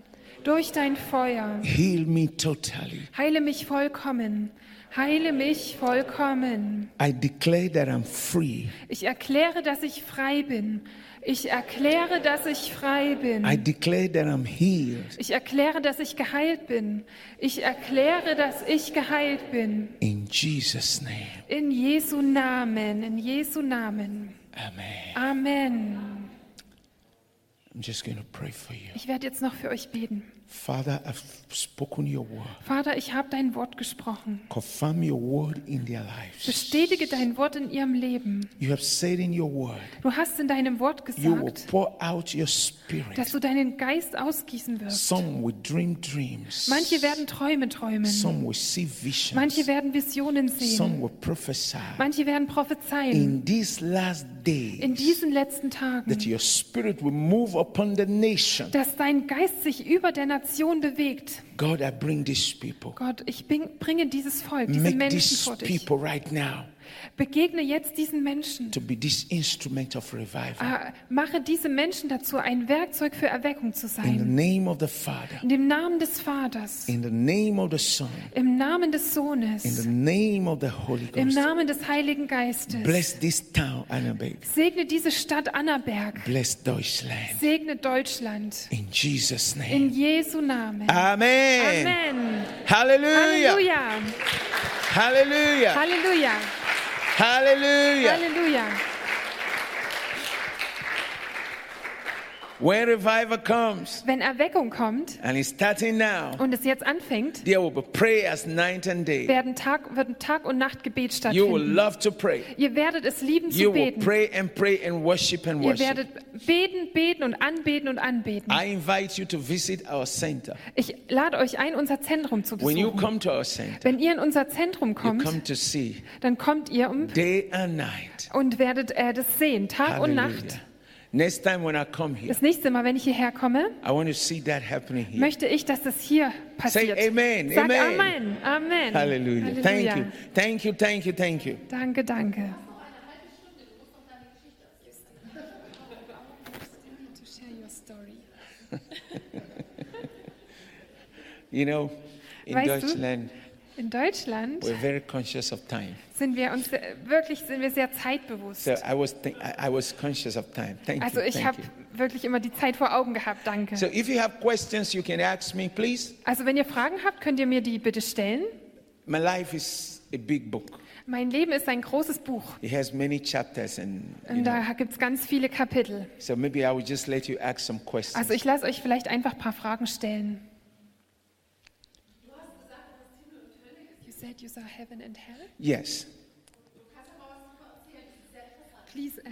durch dein Feuer.
Heal me totally.
Heile mich vollkommen, heile mich vollkommen.
I declare that I'm free.
Ich erkläre, dass ich frei bin. Ich erkläre, dass ich frei
I
bin.
declare that I'm healed
Ich erkläre, dass ich geheilt bin. Ich erkläre, dass ich geheilt bin.
in Jesus' name.
In Jesu Namen, in Jesu Namen.
Amen.
Amen.
I'm just going to pray for you.
Ich werde jetzt noch für euch beten.
Father, I've spoken your word.
Vater, ich habe dein Wort gesprochen.
Confirm your word in their lives.
Bestätige dein Wort in ihrem Leben.
You have said in your word,
Du hast in deinem Wort
you will
gesagt,
pour out your
dass
spirit.
du deinen Geist ausgießen wirst.
Some will dream dreams.
Manche werden Träume träumen.
Some will see visions.
Manche werden Visionen sehen.
Some will prophesy.
Manche werden prophezeien.
In these last
In
days,
diesen letzten
that
Tagen,
your spirit will move upon the nation.
dass dein Geist sich über der Nation bewegt.
God, I bring these people.
Gott, ich bring, bringe dieses Volk, diese
Make
Menschen
these
vor dich.
people right now
Begegne jetzt diesen Menschen.
to be this instrument of revival.
Ah, Mache diese Menschen dazu, ein Werkzeug für Erweckung zu
In the
sein.
name of the Father,
In dem Namen des Vaters,
in the name of the Son,
im Namen des
in
Sohnes,
the name of the Holy
Im
Ghost.
Namen des Heiligen Geistes.
Bless this town, Annabelle.
Segne diese Stadt Annaberg.
Bless Deutschland.
Segne Deutschland.
In Jesus' name.
In Jesu Namen.
Amen.
Amen.
Hallelujah.
Halleluja.
Hallelujah.
Halleluja.
Hallelujah.
Halleluja.
When revival comes,
Wenn Erweckung kommt
and it's starting now,
und es jetzt anfängt,
there will be prayers night and day.
werden Tag, wird Tag und Nacht Gebet
You will
stattfinden.
love to pray.
Ihr werdet es lieben
You
zu
will
beten.
pray and pray and worship and
Ihr
worship.
werdet beten, beten und anbeten und anbeten.
I invite you to visit our center.
Ich lade euch ein, unser Zentrum zu
When you
besuchen.
come to our center,
Wenn ihr in unser Zentrum
you
kommt,
come to see
dann kommt ihr um
day and night.
und werdet äh, das sehen, Tag und Nacht.
Hallelujah. Next time when I come here,
Das nächste Mal, wenn ich hierher komme,
I want to see that happening here.
möchte ich, dass das hier passiert.
Say amen,
Sag
amen.
Amen. Amen.
Hallelujah. Thank you. Thank you. Thank you. Thank you.
Danke, danke.
You know, in
Weißt du?
Deutschland,
In Deutschland
we're very conscious of time.
sind wir uns äh, wirklich sind wir sehr zeitbewusst.
So I was, think I I was conscious of time. Thank
also
you.
ich
Thank
habe
you.
wirklich immer die Zeit vor Augen gehabt, danke.
So if you have questions, you can ask me, please.
also wenn ihr Fragen habt, könnt ihr mir die bitte stellen.
My life is a big book.
Mein Leben ist ein großes Buch.
It has many chapters, and you
Und
know,
da gibt es ganz viele Kapitel.
so maybe I will just let you ask some questions.
Also ich lasse euch vielleicht einfach ein paar Fragen stellen. You said you saw heaven and hell.
Yes.
Please uh,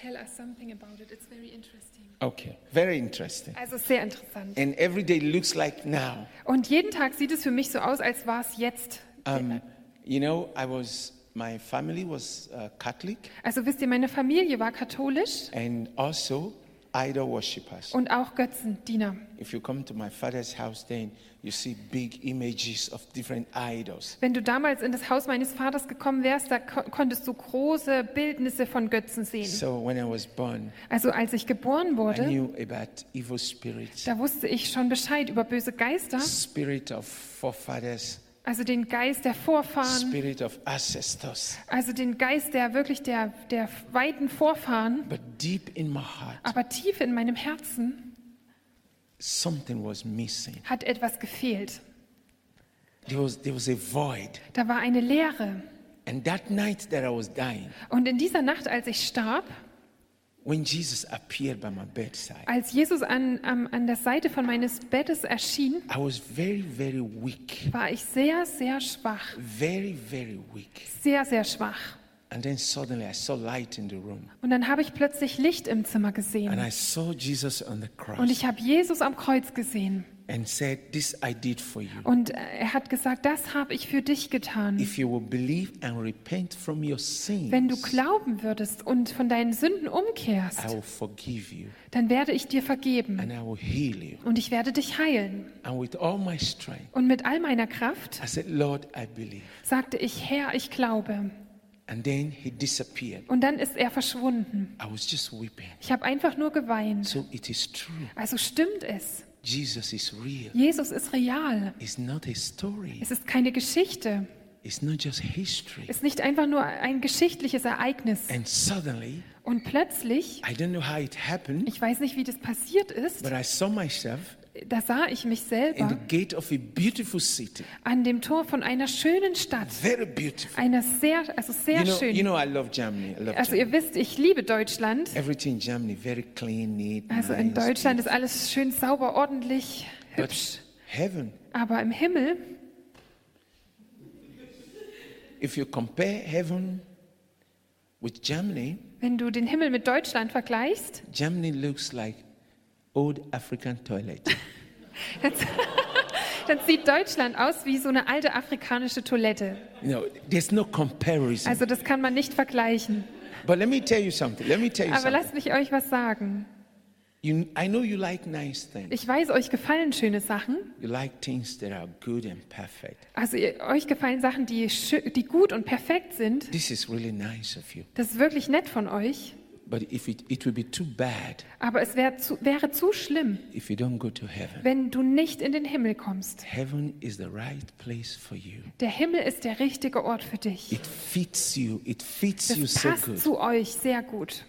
tell us something about it. It's very interesting.
Okay. Very interesting.
Also sehr interessant.
And every day looks like now.
Und jeden Tag sieht es für mich so aus, als war es jetzt.
Um, you know, I was. My family was uh, Catholic
Also wisst ihr, meine Familie war katholisch
and also idol worshippers.
und auch Götzendiener.
If you come to my father's house, then you see big images of different idols.
Wenn du damals in das Haus meines Vaters gekommen wärst, da ko konntest du große Bildnisse von Götzen sehen.
So when I was born,
Also als ich geboren
I
wurde,
knew about evil spirits,
da wusste ich schon Bescheid über böse Geister.
spirit of forefathers,
also den Geist der Vorfahren,
spirit of ancestors.
also den Geist der wirklich der, der weiten Vorfahren.
But deep in my heart,
Aber tief in meinem Herzen
something was missing.
hat etwas gefehlt.
There was, there was a void.
Da war eine Leere.
And that night that I was dying,
Und in dieser Nacht, als ich starb,
when Jesus appeared by my bedside,
als Jesus an, am- an der Seite von meines Bettes erschien,
I was very, very weak.
war ich sehr, sehr schwach.
Very, very weak.
Sehr, sehr schwach.
And then suddenly I saw light in the room.
Und dann habe ich plötzlich Licht im Zimmer
And
gesehen.
I saw Jesus on the
Und
cross
ich habe Jesus am Kreuz gesehen.
and said, This I did for you.
Und äh, er hat gesagt, das habe ich für dich getan.
If you will believe and repent from your sins,
Wenn du glauben würdest und von deinen Sünden
I
umkehrst,
will forgive you
dann werde ich dir vergeben
and I will heal you.
und ich werde dich heilen.
And with all my strength,
Und mit all meiner Kraft
I said, Lord, I believe.
sagte ich, Herr, ich glaube.
And then he disappeared.
Und dann ist er verschwunden.
I was just weeping.
Ich habe einfach nur geweint.
So it is true.
Also stimmt es.
Jesus is real.
Jesus ist real.
It's not a story,
Es ist keine Geschichte.
it's not just history.
Es ist nicht einfach nur ein geschichtliches Ereignis.
And suddenly,
Und plötzlich,
I don't know how it happened,
ich weiß nicht, wie das passiert ist,
but I saw myself
da sah ich mich
in the
selber
gate of a beautiful city.
an dem Tor von einer schönen Stadt.
Very beautiful.
Einer sehr, also sehr
You know, you
schön.
know I love Germany. I love
Also
Germany.
ihr wisst, ich liebe Deutschland.
Everything in Germany, very clean, neat,
Also in
nice,
Deutschland ist alles schön sauber, ordentlich,
But
hübsch.
heaven,
Aber im Himmel,
if you compare heaven with Germany,
wenn du den Himmel mit Deutschland vergleichst,
Germany looks like old African toilet.
dann sieht Deutschland aus wie so eine alte afrikanische Toilette.
you know, there's no comparison.
Also das kann man nicht vergleichen.
but let me tell you something. Let me tell you
Aber
something.
lasst mich euch was sagen.
You, I know you like nice things.
Ich weiß, euch gefallen schöne Sachen.
You like things that are good and perfect.
Also ihr, euch gefallen Sachen, die, schö- die gut und perfekt sind.
This is really nice of you.
Das ist wirklich nett von euch.
But if it, it will be too bad
Aber es wär zu, wäre zu schlimm,
if you don't go to heaven.
wenn du nicht in den Himmel kommst.
Heaven is the right place for you.
Der Himmel ist der richtige Ort für dich.
It fits you. It fits you
Das
so
passt
good.
zu euch sehr gut.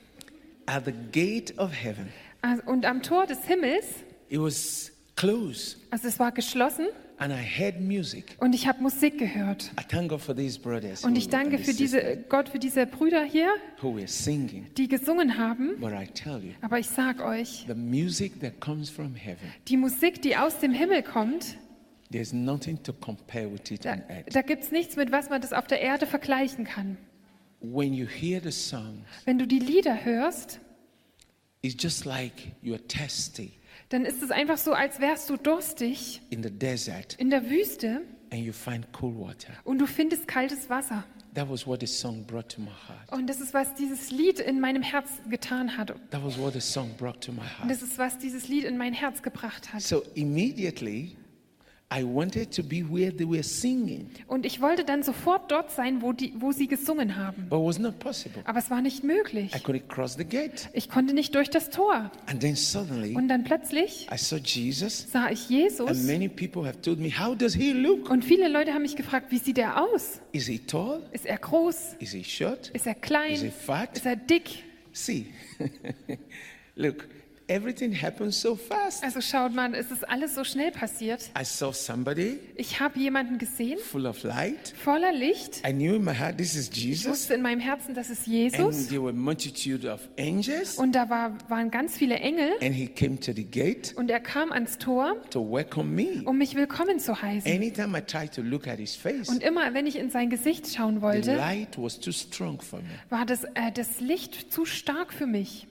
At the gate of heaven,
Also- Und am Tor des Himmels,
it was closed,
also es war geschlossen,
and I heard music.
und ich habe Musik gehört.
I thank God for these brothers
Und
who-
ich danke
and
für
the sisters
diese, Gott für diese Brüder hier,
who were singing.
die gesungen haben.
But I tell you,
Aber ich sag euch,
the music that comes from heaven,
die Musik, die aus dem Himmel kommt,
there's nothing to compare with it
Da,
on earth.
da gibt es nichts, mit was man das auf der Erde vergleichen kann.
When you hear the song,
Wenn du die Lieder hörst,
it's just like you're thirsty
dann ist es einfach so, als wärst du durstig
in the desert
in der Wüste
and you find cool water.
und du findest kaltes Wasser.
That was what the song brought to my heart.
Und das ist, was dieses Lied in meinem Herzen getan hat. Und
That was what the song brought to my heart.
das ist, was dieses Lied in mein Herz gebracht hat.
So immediately, I wanted to be where they were singing,
Und ich wollte dann sofort dort sein, wo, die, wo sie gesungen haben.
but it was not possible.
Aber es war nicht möglich.
I couldn't cross the gate.
Ich konnte nicht durch das Tor.
And then suddenly,
Und dann plötzlich
I saw Jesus,
sah
and
ich Jesus.
many people have told me, How does he look?
Und viele Leute haben mich gefragt, wie sieht er aus?
Is he tall?
Ist er groß?
Is he short?
Ist er klein?
Is he fat?
Ist er dick?
See, look, everything happens so fast.
Also schaut mal, es ist alles so schnell passiert.
I saw somebody
Ich habe jemanden gesehen,
full of light.
voller Licht.
I knew in my heart, this is
Ich
Jesus.
wusste in meinem Herzen, das
And
ist Jesus.
there were multitude of angels.
Und da war, waren ganz viele Engel.
And he came to the gate
Und er kam ans Tor,
to welcome me.
um mich willkommen zu heißen.
Anytime I tried to look at his face,
Und immer, wenn ich in sein Gesicht schauen
the
wollte,
light was too strong for me.
war das, äh, das Licht zu stark für mich.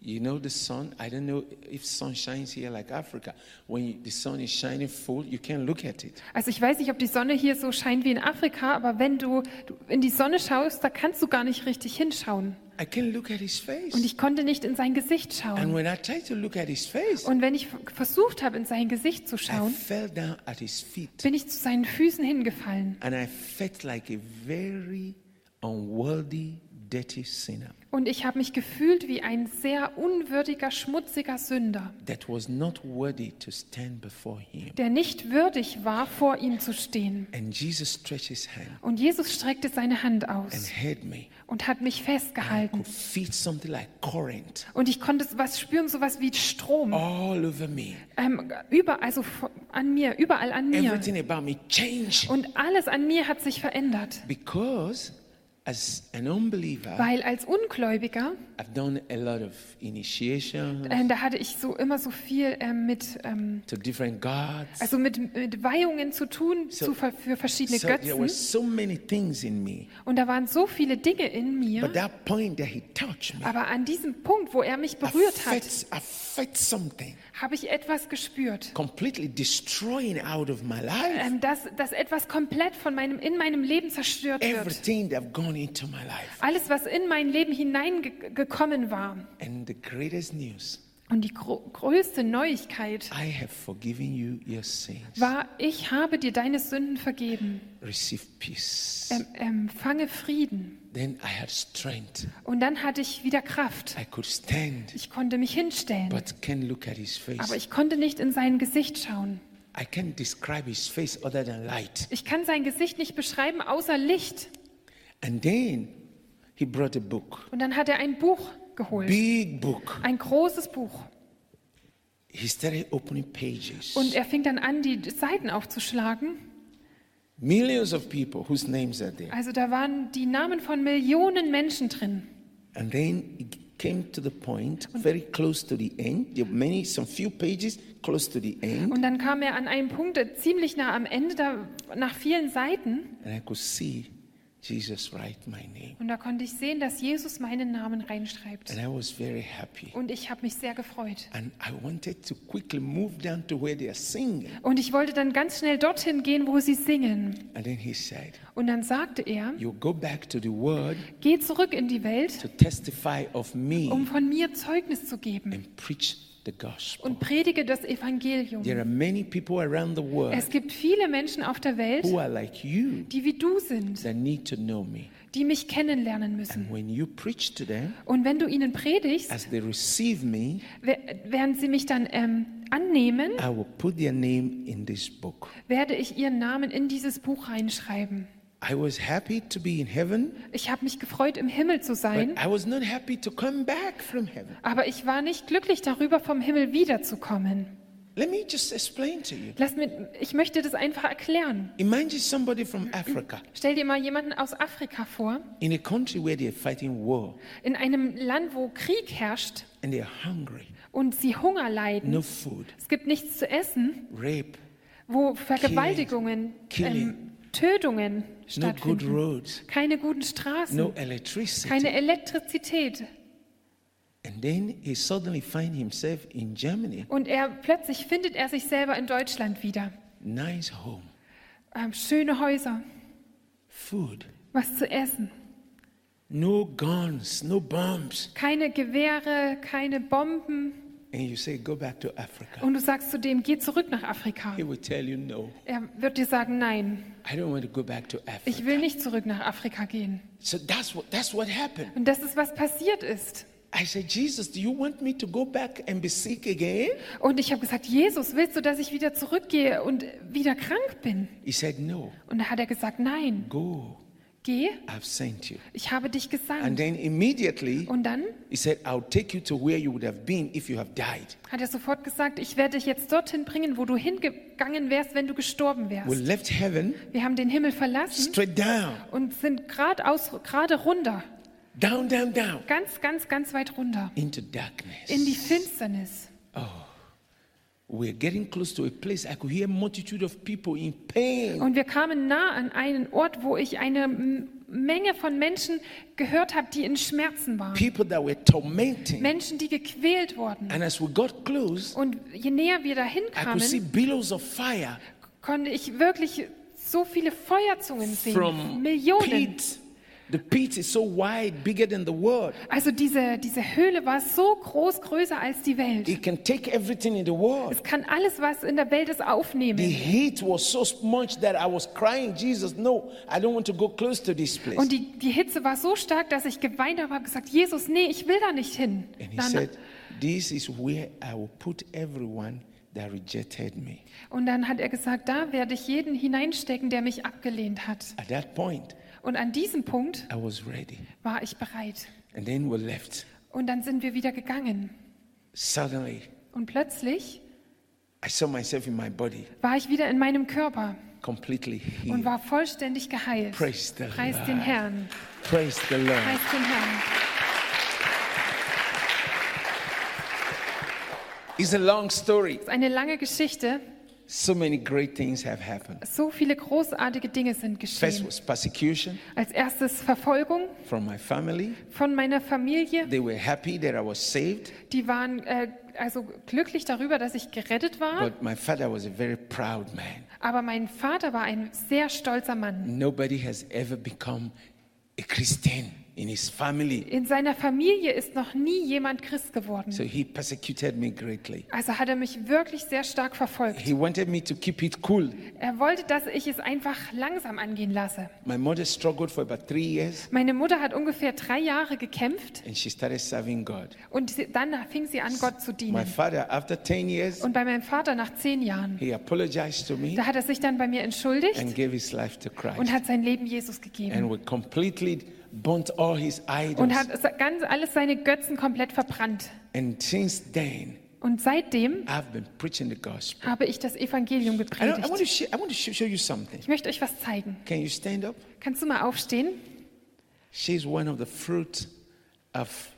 You know the sun? I don't know if sun shines here like Africa. When you, the sun is shining full, you can't look at it.
Also ich weiß nicht, ob die Sonne hier so scheint wie in Afrika, aber wenn du du in die Sonne schaust, da kannst du gar nicht richtig hinschauen.
I can't look at his
Und
face.
ich konnte nicht in sein Gesicht schauen.
And when I tried to look at his face,
Und wenn ich v- versucht habe, in sein Gesicht zu
I
schauen,
fell down at his feet.
bin ich zu seinen Füßen hingefallen.
And I felt like a very unworthy, dirty sinner.
Und ich habe mich gefühlt wie ein sehr unwürdiger, schmutziger Sünder,
that was not worthy to stand before him.
der nicht würdig war, vor ihm zu stehen.
And Jesus stretched his hand
Und Jesus streckte seine Hand
and
aus
held me.
und hat mich
I
festgehalten.
could feel something like current
Und ich konnte was spüren, sowas wie Strom.
all over me.
Ähm, überall, also vor- an mir, überall an mir.
Everything about me changed
Und alles an mir hat sich verändert.
because as an unbeliever,
Weil als Ungläubiger,
I've done a lot of initiation
äh, da hatte ich so immer so viel ähm, mit, ähm,
to different gods.
also mit, mit Weihungen zu tun
So-
zu, ver- für verschiedene
So there were
Götzen.
so many things in me.
Und da waren so viele Dinge in mir.
But that point that he touched me
Aber an diesem Punkt, wo er mich berührt hat,
affects, affects something,
habe ich etwas gespürt.
completely destroying out of my life
Ähm, dass, dass etwas komplett von meinem, in meinem Leben zerstört wird.
everything that have gone into my life.
Alles, was in mein Leben hineingekommen war.
And the greatest news,
Und die gro größte Neuigkeit
I have forgiven you your sins.
war, ich habe dir deine Sünden vergeben.
Receive peace.
Ähm, ähm, fange Frieden.
Then I had strength.
Und dann hatte ich wieder Kraft.
I could stand,
Ich konnte mich hinstellen.
but can't look at his face.
Aber ich konnte nicht in sein Gesicht schauen.
I can't describe his face other than light.
Ich kann sein Gesicht nicht beschreiben, außer Licht.
And then he brought a book,
Und dann hat er ein Buch geholt.
big book.
Ein großes Buch.
He started opening pages.
Und er fing dann an, die Seiten aufzuschlagen.
Millions of people whose names are there.
Also da waren die Namen von Millionen Menschen drin.
And then it came to the point, very close to the end. There were many, some few pages close to the end,
Und dann kam er an einen Punkt äh, ziemlich nah am Ende, da, nach vielen Seiten.
and I could see Jesus write my name,
Und da konnte ich sehen, dass Jesus meinen Namen reinschreibt.
and I was very happy.
Und ich habe mich sehr gefreut.
And I wanted to quickly move down to where they are singing.
Und ich wollte dann ganz schnell dorthin gehen, wo sie singen.
And then he said,
Und dann sagte er,
You go back to the word
geh zurück in die Welt,
to testify of
um
me
von mir Zeugnis zu geben
and preach the gospel.
und predige das Evangelium.
There are many people around the world
Es gibt viele Menschen auf der Welt,
who are like you
die wie du sind,
that need to know me.
die mich kennenlernen müssen.
And when you preach to them,
Und wenn du ihnen predigst,
as they receive me,
wer- während sie mich dann ähm, annehmen,
I will put their name in this book.
werde ich ihren Namen in dieses Buch reinschreiben.
I was happy to be in heaven,
Ich habe mich gefreut, im Himmel zu
but
sein.
I was not happy to come back from heaven.
Aber ich war nicht glücklich darüber, vom Himmel wiederzukommen.
Let me just explain to you.
Lass mir, ich möchte das einfach erklären.
Imagine somebody from Africa
Stell dir mal jemanden aus Afrika vor,
in a country where they're fighting war
in einem Land, wo Krieg herrscht
and they're hungry,
und sie Hunger leiden.
no food,
Es gibt nichts zu essen,
rape,
wo Vergewaltigungen,
Killing.
Ähm, Tötungen
no good
stattfinden,
roads,
keine guten Straßen,
no electricity.
keine Elektrizität.
And then he suddenly finds himself in Germany,
Und er plötzlich findet er sich selber in Deutschland wieder.
nice home,
Ähm, schöne Häuser,
food,
was zu essen,
no guns, no bombs.
keine Gewehre, keine Bomben.
And you say, go back to Africa.
Und du sagst zu dem, geh zurück nach Afrika.
He will tell you, no,
Er wird dir sagen, nein,
I don't want to go back to
ich will
Africa.
nicht zurück nach Afrika gehen.
So that's what, that's what happened.
Und das ist, was passiert ist.
I said, Jesus, do you want me to go back and be sick again?
Und ich habe gesagt, Jesus, willst du, dass ich wieder zurückgehe und wieder krank bin?
He said, no,
Und da hat er gesagt, nein,
go.
geh,
I've sent you.
ich habe
And
dich gesandt.
then immediately
Und dann
he said, I'll take you to where you would have been if you have died.
hat er sofort gesagt, ich werde dich jetzt dorthin bringen, wo du hingegangen wärst, wenn du gestorben
We
wärst.
left heaven
Wir haben den Himmel verlassen
straight down,
und sind geradeaus, gerade runter,
down, down, down
ganz, ganz, ganz weit runter,
into darkness.
in die Finsternis.
We're getting close to a place I could hear multitude of people in pain.
Und wir kamen nah an einen Ort, wo ich eine M- Menge von Menschen gehört habe, die in Schmerzen waren.
People that were tormenting.
Menschen, die gequält wurden.
And as we got close,
Und je näher wir dahin
I could see
kamen,
billows of fire
konnte ich wirklich so viele Feuerzungen sehen.
from
Millionen.
pit The pit is so wide, bigger than the world.
Also diese, diese Höhle war so groß, größer als die Welt.
It can take everything in the world.
Es kann alles, was in der Welt ist,
The
aufnehmen.
heat was so much that I was crying, Jesus, no, I don't want to go close to this place.
Und die, die Hitze war so stark, dass ich geweint habe, habe gesagt, Jesus, nee, ich will da nicht hin.
And he
Dann-
said, This is where I will put everyone that rejected me.
und dann hat er gesagt, da werde ich jeden hineinstecken, der mich abgelehnt hat.
At that point,
Und an diesem Punkt
I was ready.
war ich bereit.
And then we left.
Und dann sind wir wieder gegangen.
Suddenly,
Und plötzlich
I saw myself in my body
war ich wieder in meinem Körper
completely
und
healed.
war vollständig geheilt.
Praise the
Preis
Lord.
den Herrn.
Praise the Lord.
Preis den Herrn.
It's a long story.
Es ist eine lange Geschichte.
So many great things have happened.
So viele großartige Dinge sind
First
geschehen.
was persecution
Als erstes Verfolgung
from my family.
von meiner Familie.
They were happy that I was saved,
Die waren äh, also glücklich darüber, dass ich gerettet war.
but my father was a very proud man.
Aber mein Vater war ein sehr stolzer Mann.
Nobody has ever become a Christian in his family.
In seiner Familie ist noch nie jemand Christ geworden.
So he persecuted me greatly.
Also hat er mich wirklich sehr stark verfolgt.
He wanted me to keep it cool.
Er wollte, dass ich es einfach langsam angehen lasse.
My mother struggled for about three years
Meine Mutter hat ungefähr drei Jahre gekämpft
and she started serving God.
und sie- dann fing sie an, Gott zu
My
dienen.
father, after 10 years,
Und bei meinem Vater nach zehn Jahren,
he apologized to me
da hat er sich dann bei mir
and
entschuldigt
gave his life to
und
Christ.
hat sein Leben Jesus gegeben.
And we completely burnt all his idols.
Und hat es- ganz alles seine Götzen komplett verbrannt.
And since then,
Und seitdem
I've been preaching the gospel.
habe ich das Evangelium
I, don't- I want to,
gepredigt.
share, I want to sh- show you something.
Ich möchte euch was zeigen.
Can you stand up?
Kannst du mal aufstehen?
She's one of the fruit of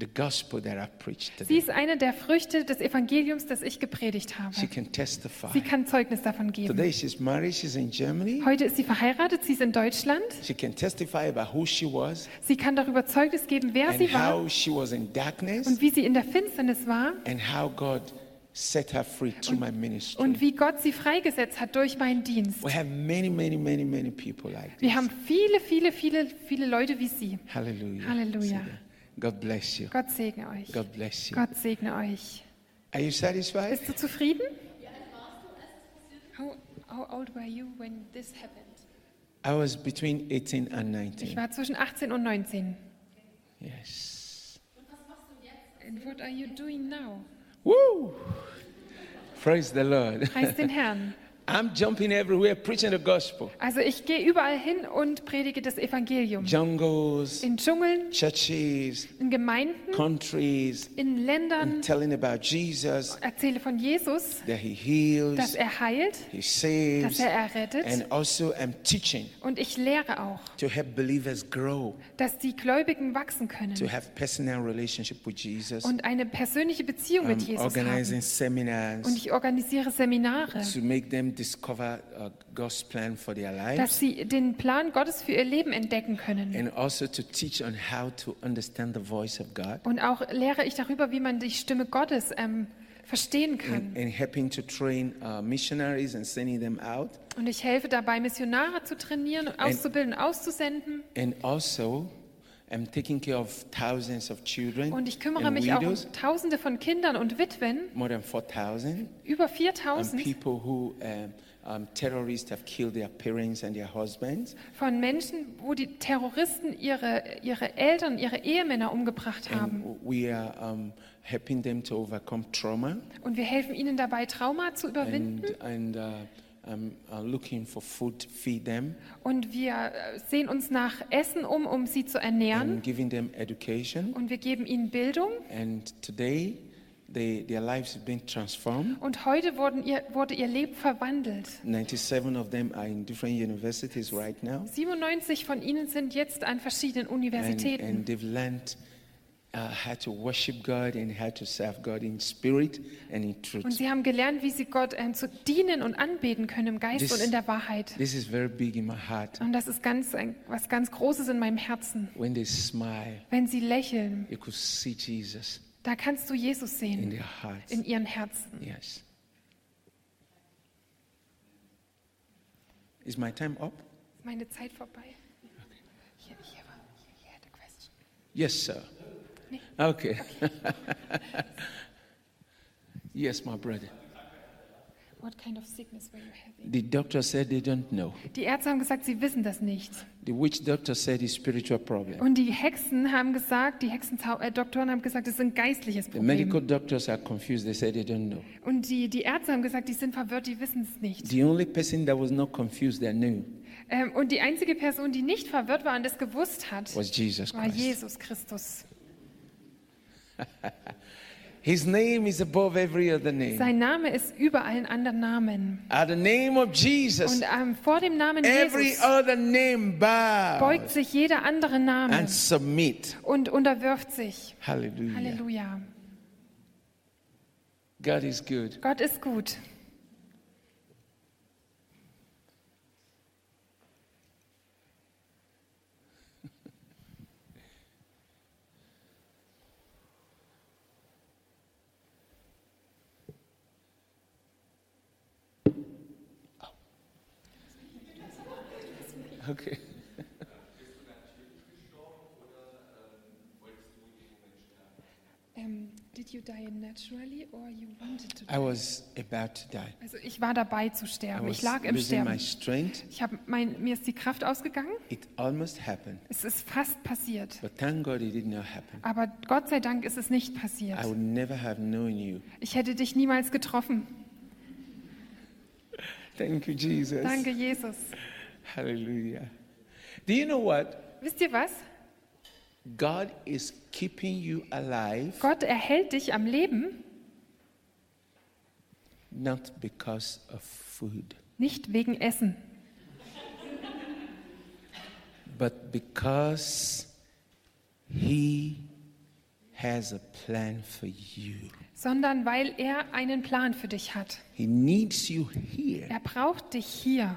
the gospel that I preached
Sie
today.
ist eine der Früchte des Evangeliums, das ich gepredigt habe.
She can testify.
Sie kann Zeugnis davon geben.
Today she's married, she's in Germany.
Heute ist sie verheiratet, sie ist in Deutschland.
She can testify about who she was
Sie kann darüber Zeugnis geben, wer
and
sie war
how she was in darkness
und wie sie in der Finsternis war
and how God set her free through my ministry.
und wie Gott sie freigesetzt hat durch meinen Dienst.
We have many, many, many, many people like
Wir
this.
haben viele, viele, viele, viele Leute wie sie.
Hallelujah.
Hallelujah.
See that? God bless you.
Gott segne euch.
God bless you.
Gott segne euch.
Are you satisfied?
Bist du zufrieden? How, how old were you when this happened?
I was between 18 and
Ich
19.
war zwischen 18 und 19.
Yes.
And what are you doing now?
Woo! Praise the Lord.
Preis den Herrn.
I'm jumping everywhere preaching the gospel.
Also ich gehe überall hin und predige das Evangelium.
Jungles,
In Dschungeln,
churches,
in Gemeinden,
countries,
in Ländern.
and telling about Jesus
Erzähle von Jesus,
that he heals,
dass er heilt,
he
dass
saves,
er errettet.
and also I'm teaching
Und ich lehre auch,
to help believers grow,
dass die Gläubigen wachsen können
to have personal relationship with Jesus.
und eine persönliche Beziehung mit
I'm
Jesus haben.
um, organizing seminars
Und ich organisiere Seminare,
to make them discover uh, God's plan for their
dass
lives
sie den Plan Gottes für ihr Leben entdecken können.
and also to teach on how to understand the voice of God
Und auch lehre ich darüber, wie man die Stimme Gottes ähm, verstehen
and,
kann.
and helping to train uh, missionaries and sending them out.
Und ich helfe dabei, Missionare zu trainieren, auszubilden, auszusenden.
And also, I'm taking care of thousands of children
Und ich kümmere
and
mich auch um
widows,
Tausende von Kindern und Witwen,
more than 4,000,
über
and
4000
people who um, um, terrorists have killed their parents and their husbands.
von Menschen, wo die Terroristen ihre, ihre Eltern, ihre Ehemänner umgebracht haben.
And we are um, helping them to overcome trauma.
Und wir helfen ihnen dabei, Trauma zu überwinden.
And, and uh, I'm uh, looking for food to feed them
Und wir äh, sehen uns nach Essen um, um sie zu ernähren.
and giving them education.
Und wir geben ihnen Bildung.
And today, they, their lives have been transformed.
Und heute wurden ihr, wurde ihr Leben verwandelt.
97 of them are in different universities right now.
97 von ihnen sind jetzt an verschiedenen
and,
Universitäten.
and they've learned uh, how to worship God and how to serve God in spirit and in
Und
truth.
sie haben gelernt, wie sie Gott ähm, zu dienen und anbeten können im Geist
This-
und in der Wahrheit.
This is very big in my heart.
Und das ist ganz, ein, was ganz Großes in meinem Herzen.
When they smile,
Wenn sie lächeln,
you could see Jesus
da kannst du Jesus
in
sehen
their hearts.
in ihren Herzen.
Yes. Is my time up?
Ist meine Zeit vorbei? Here, here, here, the question.
Yes, sir. Okay. yes, my brother.
What kind of sickness were you having?
The doctor said they don't know.
Die Ärzte haben gesagt, sie wissen das nicht.
The witch doctor said it's spiritual problem.
Und die Hexen haben gesagt, die Hexendoktoren äh, Doktoren haben gesagt, das ist ein geistliches
The
Problem.
medical doctors are confused. They said they don't know.
Und die, die Ärzte haben gesagt, die sind verwirrt, die wissen es nicht.
The only person that was not confused that knew
Ähm, und die einzige Person, die nicht verwirrt war und das gewusst hat,
was Jesus
war
Christ.
Jesus Christus.
His name is above every other name.
Sein Name ist über allen anderen Namen.
At the name of Jesus,
Und ähm, vor dem Namen
every
Jesus
other name bow
beugt sich jeder andere Name
and submit.
und unterwirft sich.
Hallelujah.
Halleluja.
God is good.
Gott ist gut.
Okay.
Ähm, did you die naturally or you wanted to die?
I was about to die.
Also ich war dabei zu
I
sterben. Ich
was
lag im
losing my
Sterben.
strength.
Ich hab mein, mir ist die Kraft ausgegangen.
It almost happened,
Es ist fast passiert.
but thank God it did not happen.
Aber Gott sei Dank ist es nicht passiert.
I would never have known you.
Ich hätte dich niemals getroffen.
Thank you, Jesus.
Danke, Jesus.
Hallelujah. Do you know what?
Wisst ihr was?
God is keeping you alive
Gott erhält dich am Leben
not because of food,
nicht wegen Essen,
but because He has a plan for you.
sondern weil er einen Plan für dich hat.
He needs you here
Er braucht dich hier,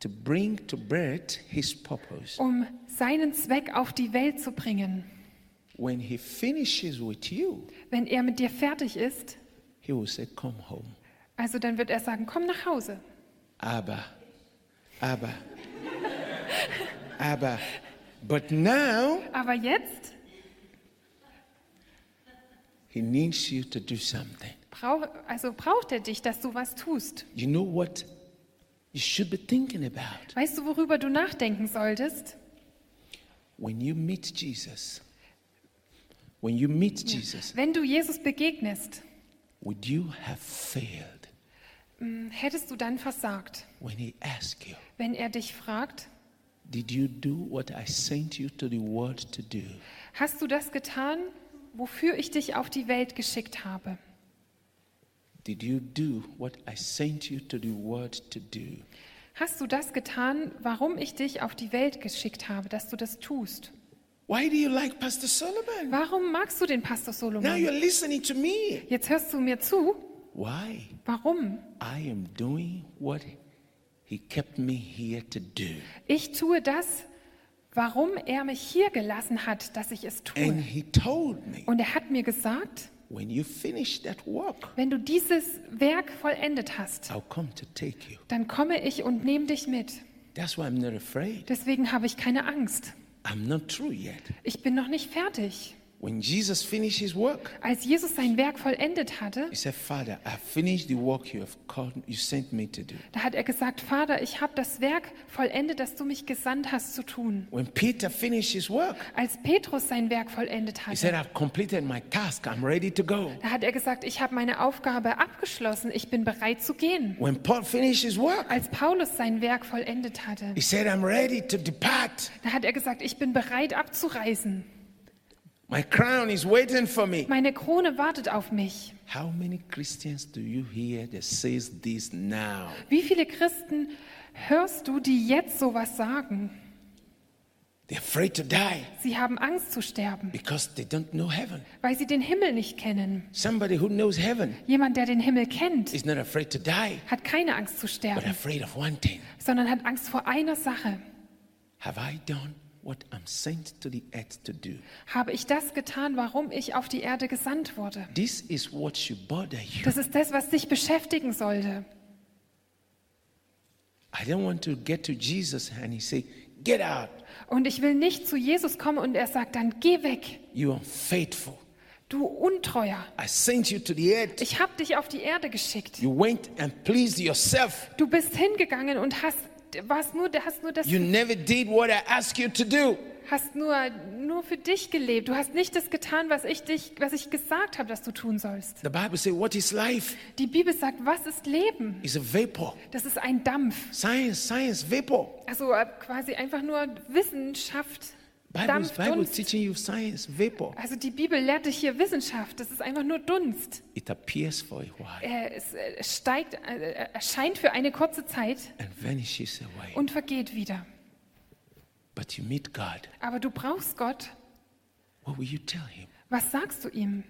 to bring to birth His purpose.
um seinen Zweck auf die Welt zu bringen.
When He finishes with you,
Wenn er mit dir fertig ist,
He will say, Come home.
also dann wird er sagen, komm nach Hause.
Abba, Abba, Abba. But now
Aber jetzt
he needs you to do something.
brauch, also braucht er dich, dass du was tust.
You know what you should be thinking about
Weißt du, worüber du nachdenken solltest?
when you meet Jesus? When you meet Jesus,
Wenn du Jesus begegnest,
would you have failed
mh, hm, hättest du dann versagt.
when he asked you,
Wenn er dich fragt,
Did you do what I sent you to the world to do?
hast du das getan, wofür ich dich auf die Welt geschickt habe?
Did you do what I sent you to the world to do?
Hast du das getan, warum ich dich auf die Welt geschickt habe, dass du das tust?
Why do you like Pastor Solomon?
Warum magst du den Pastor
Now
Solomon?
you're listening to me.
Jetzt hörst du mir zu.
Why?
Warum?
I am doing what He kept me here to do.
Ich tue das, warum er mich hier gelassen hat, dass ich es
And
tue.
He told me,
Und er hat mir gesagt,
when you finish that work,
wenn du dieses Werk vollendet hast,
I'll come to take you.
dann komme ich und nehme dich mit.
That's why I'm not afraid.
Deswegen habe ich keine Angst.
I'm not through yet.
Ich bin noch nicht fertig.
When Jesus finished His work,
Als Jesus sein Werk vollendet hatte,
He said, Father, I finished the work you have called, you sent me to do.
da hat er gesagt, Vater, ich habe das Werk vollendet, das du mich gesandt hast zu tun.
When Peter finished his work,
Als Petrus sein Werk vollendet
he said,
hatte,
I've completed my task. I'm ready to go.
da hat er gesagt, ich habe meine Aufgabe abgeschlossen, ich bin bereit zu gehen.
When Paul finished his work,
Als Paulus sein Werk vollendet hatte,
he said, I'm ready to depart.
da hat er gesagt, ich bin bereit abzureisen.
My crown is waiting for me.
Meine Krone wartet auf mich.
How many Christians do you hear that says this now?
Wie viele Christen hörst du, die jetzt sowas sagen?
They're afraid to die
Sie haben Angst zu sterben,
because they don't know heaven.
weil sie den Himmel nicht kennen.
Somebody who knows heaven
Jemand, der den Himmel kennt,
is not afraid to die,
hat keine Angst zu
but
sterben,
afraid of one thing.
sondern hat Angst vor einer Sache.
Have I done what I'm sent to the earth to do?
Habe ich das getan, warum ich auf die Erde gesandt wurde?
This is what should bother you.
Das ist das, was dich beschäftigen sollte.
I don't want to get to Jesus and he say, Get out.
Und ich will nicht zu Jesus kommen und er sagt dann, geh weg,
You are faithful.
du Untreuer.
I sent you to the earth.
Ich habe dich auf die Erde geschickt.
You went and pleased yourself.
Du bist hingegangen und hast, warst nur, hast nur das
You never did what I asked you to do.
hast nur, nur für dich gelebt. Du hast nicht das getan, was ich, dich, was ich gesagt habe, dass du tun sollst.
The Bible says, What is life?
Die Bibel sagt, was ist Leben?
It's a vapor.
Das ist ein Dampf.
Science, science, vapor.
Also äh, quasi einfach nur Wissenschaft.
Bible,
Dampf,
Bible
Dunst.
teaching you science, vapor.
Also die Bibel lehrt dich hier Wissenschaft. Das ist einfach nur Dunst.
It appears for a while
Äh, Es äh, steigt, äh, erscheint für eine kurze Zeit
and vanishes away.
und vergeht wieder.
But you meet God.
Aber du brauchst Gott.
What will you tell Him?
Was sagst du ihm?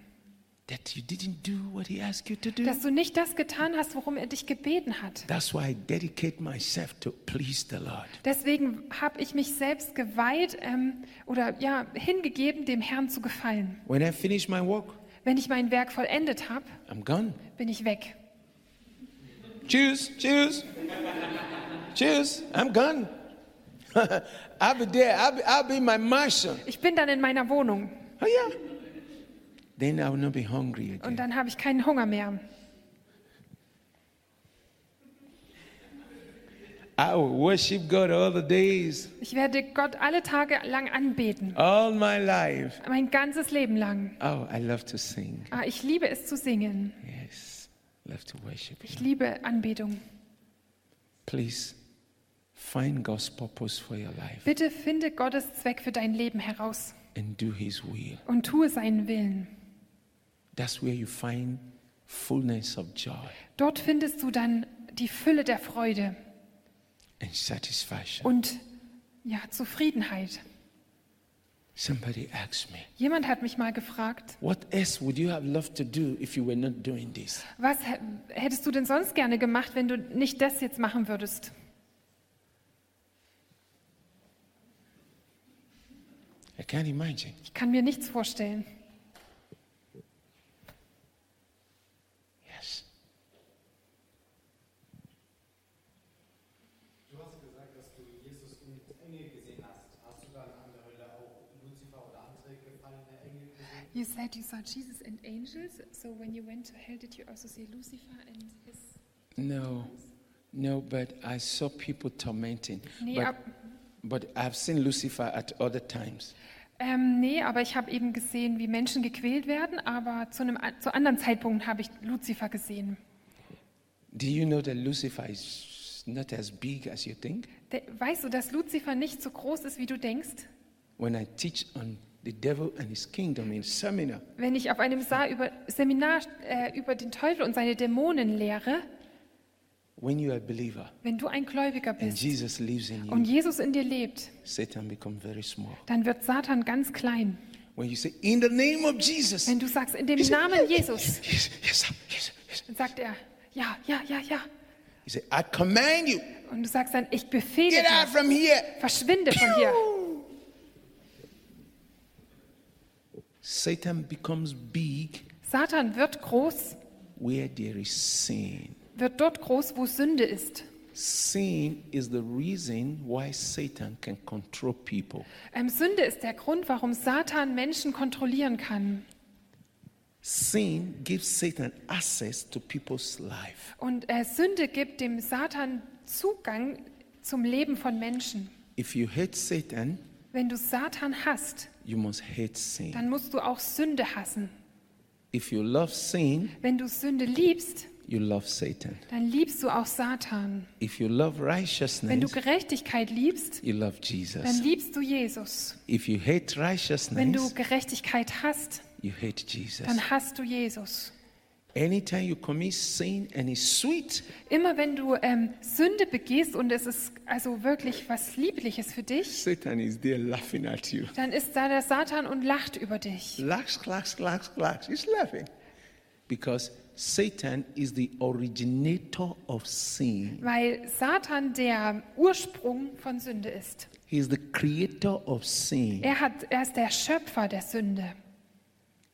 That you didn't do what He asked you to do.
Dass du nicht das getan hast, worum er dich gebeten hat.
That's why I dedicate myself to please the Lord.
Deswegen habe ich mich selbst geweiht ähm, oder ja, hingegeben, dem Herrn zu gefallen.
When I finish my work,
Wenn ich mein Werk vollendet habe,
I'm gone.
bin ich weg.
Choose, choose, choose. I'm gone. I'll be there. I'll be, I'll be in my mansion.
Ich bin dann in meiner Wohnung
Oh, yeah. Then I will not be hungry again.
und dann habe ich keinen Hunger mehr.
I will worship God all the days,
Ich werde Gott alle Tage lang anbeten,
all my life.
mein ganzes Leben lang.
Oh, I love to sing.
Ah, ich liebe es zu singen.
Yes, love to worship.
Ich liebe Anbetung.
Please find God's purpose for your life
Bitte finde Gottes Zweck für dein Leben heraus
and do His will.
und tue seinen Willen.
That's where you find fullness of joy
Dort findest du dann die Fülle der Freude
and satisfaction.
und ja, Zufriedenheit.
Somebody asked me,
Jemand hat mich mal gefragt,
What else would you have loved to do if you were not doing this?
was hä- hättest du denn sonst gerne gemacht, wenn du nicht das jetzt machen würdest?
I can't imagine.
Ich kann mir nichts vorstellen.
Yes.
Du hast gesagt, dass du Jesus und Engel gesehen hast. Hast du dann an der Hölle auch Luzifer oder andere gefallene Engel gesehen?
You said you saw Jesus and angels, so when you went to hell did you also see Lucifer and his...
No, no, but I saw people tormenting.
Nee,
but,
ab-
but I've seen Lucifer at other times.
Ähm, nee, aber ich habe eben gesehen, wie Menschen gequält werden, aber zu einem an- zu anderen Zeitpunkt habe ich Lucifer gesehen.
Do you know that Lucifer is not as big as you think?
De weißt du, dass Lucifer nicht so groß ist, wie du denkst?
When I teach on the devil and his kingdom in seminar,
Wenn ich auf einem Sa über Seminar äh, über den Teufel und seine Dämonen lehre,
when you are a believer
wenn du ein Gläubiger
and
bist
Jesus lives in
und
you,
Jesus in dir lebt,
Satan becomes very small.
dann wird Satan ganz klein.
When you say, In the name of Jesus,
Wenn du sagst, in dem
he say,
Namen Jesus,
Yes, yes, sir, yes, yes.
dann sagt er, ja, ja, ja, ja.
He said, I command you,
Und du sagst dann, ich befehle
get out
dir,
from here.
verschwinde von dir.
Satan becomes big
Satan wird groß,
where there is sin.
wird dort groß, wo Sünde ist.
Sin is the reason why Satan can control people.
Ähm, Sünde ist der Grund, warum Satan Menschen kontrollieren kann.
Sin gives Satan access to people's life.
Und äh, Sünde gibt dem Satan Zugang zum Leben von Menschen.
If you hate Satan,
Wenn du Satan hasst,
you must hate sin.
dann musst du auch Sünde hassen.
If you love sin,
Wenn du Sünde liebst,
you love Satan.
dann liebst du auch Satan.
If you love
Wenn du
righteousness,
Gerechtigkeit liebst,
you love
dann
Jesus.
liebst du Jesus.
If you hate
Wenn du
righteousness,
Gerechtigkeit hasst,
you hate Jesus.
dann hasst du Jesus.
Anytime you commit sin and it's sweet,
Immer wenn du ähm, Sünde begehst und es ist also wirklich was Liebliches für dich,
Satan is there laughing at you.
dann ist da der Satan und lacht über dich.
Lax, lax, lax, lax. He's laughing. Because Satan is the originator of sin.
Weil Satan der Ursprung von Sünde ist.
He is the creator of sin.
Er, hat, er ist der Schöpfer der Sünde.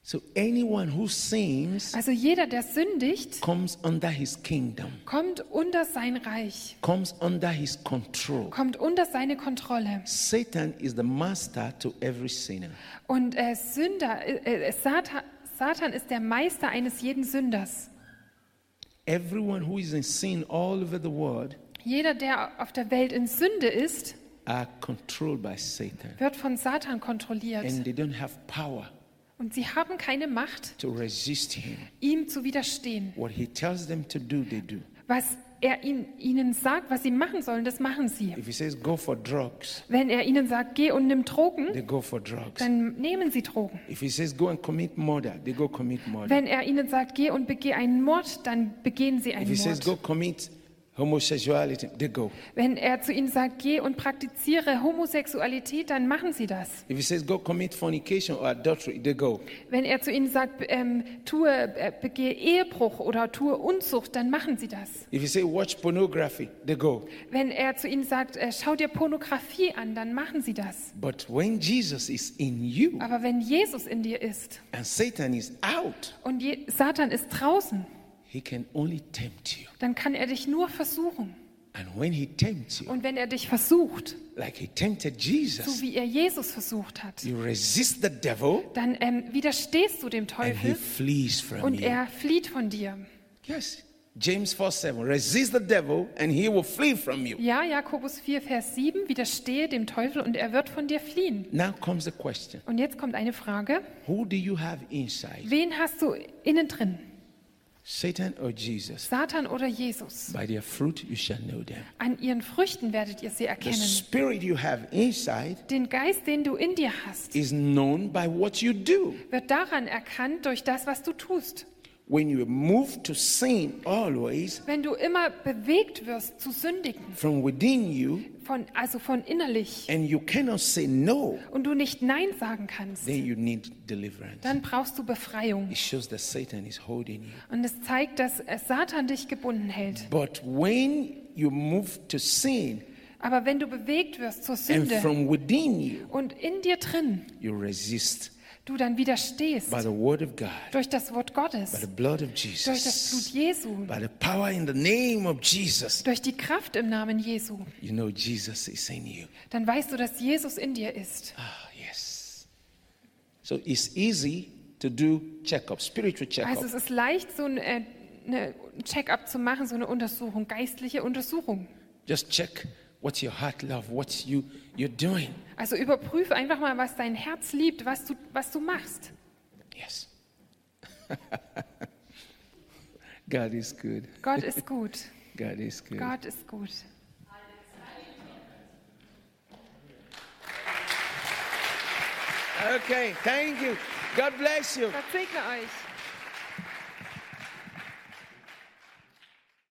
So anyone who sins
Also jeder, der sündigt,
comes under his kingdom,
kommt unter sein Reich,
comes under his control.
kommt unter seine Kontrolle.
Satan is the master to every sinner.
Und äh, Sünder, äh, äh, Satan, Satan ist der Meister eines jeden Sünders.
Everyone who is in sin all over the world
Jeder, der auf der Welt in Sünde ist,
are controlled by Satan,
wird von Satan kontrolliert.
and they don't have power
Und sie haben keine Macht,
to resist him.
ihm zu widerstehen.
What he tells them to do, they do.
Was er ihn, ihnen sagt, was sie machen sollen, das machen sie.
If he says go for drugs,
Wenn er ihnen sagt, geh und nimm Drogen,
they go for drugs.
dann nehmen sie Drogen.
If he says go and commit murder, they go commit murder.
Wenn er ihnen sagt, geh und begeh einen Mord, dann begehen sie
If
einen
he says go
Mord.
commit homosexuality, they go.
Wenn er zu ihnen sagt, geh und praktiziere Homosexualität, dann machen sie das.
If he says go commit fornication or adultery, they go.
Wenn er zu ihnen sagt, ähm, tue, äh, begehe Ehebruch oder tue Unzucht, dann machen sie das.
If he says watch pornography, they go.
Wenn er zu ihnen sagt, äh, schau dir Pornografie an, dann machen sie das.
But when Jesus is in you
Aber wenn Jesus in dir ist
and Satan is out,
und je Satan ist draußen,
he can only tempt you.
dann kann er dich nur versuchen.
And when he tempts you,
Und wenn er dich versucht,
like he tempted
so
Jesus,
wie er Jesus versucht hat,
you resist the devil
dann ähm, widerstehst du dem
and he
Teufel
flees from
und
you.
er flieht von dir.
Yes. James 4 7. Resist the devil and he will flee from you.
Ja, Jakobus 4, Vers 7, widerstehe dem Teufel und er wird von dir fliehen.
Now comes the question
Und jetzt kommt eine Frage.
Who do you have inside,
Wen hast du innen drin?
Satan or Jesus?
Satan oder Jesus?
By their fruit you shall know them.
An ihren Früchten werdet ihr sie
The
erkennen.
spirit you have inside
Den Geist, den du in dir hast,
is known by what you do.
wird daran erkannt durch das, was du tust.
When you move to sin always,
Wenn du immer bewegt wirst zu sündigen,
from within you
von, also von innerlich,
and you cannot say no,
und du nicht Nein sagen kannst,
then you need deliverance.
dann brauchst du Befreiung.
It shows that Satan is holding you.
Und es zeigt, dass äh, Satan dich gebunden hält.
But when you move to sin
Aber wenn du bewegt wirst zur
and
Sünde
from within you,
und in dir drin
you resist
du dann widerstehst
by the word of God,
durch das Wort
by the
Gottes,
blood of
durch das Blut
Jesus,
Jesu,
by the power in the name of Jesus.
durch die Kraft im Namen Jesu,
You know Jesus is in you.
dann weißt du, dass Jesus in dir ist.
Ah, yes. So it's easy to do checkup, spiritual checkup.
Also es ist leicht, so ein äh, eine Check-up zu machen, so eine Untersuchung, geistliche Untersuchung.
Just check what your heart love, what you you're doing.
Also überprüf einfach mal, was dein Herz liebt, was du, was du machst.
Yes. God is good.
Gott ist gut.
God is good.
Gott ist gut.
Okay, thank you. God bless you.
Gott segne euch.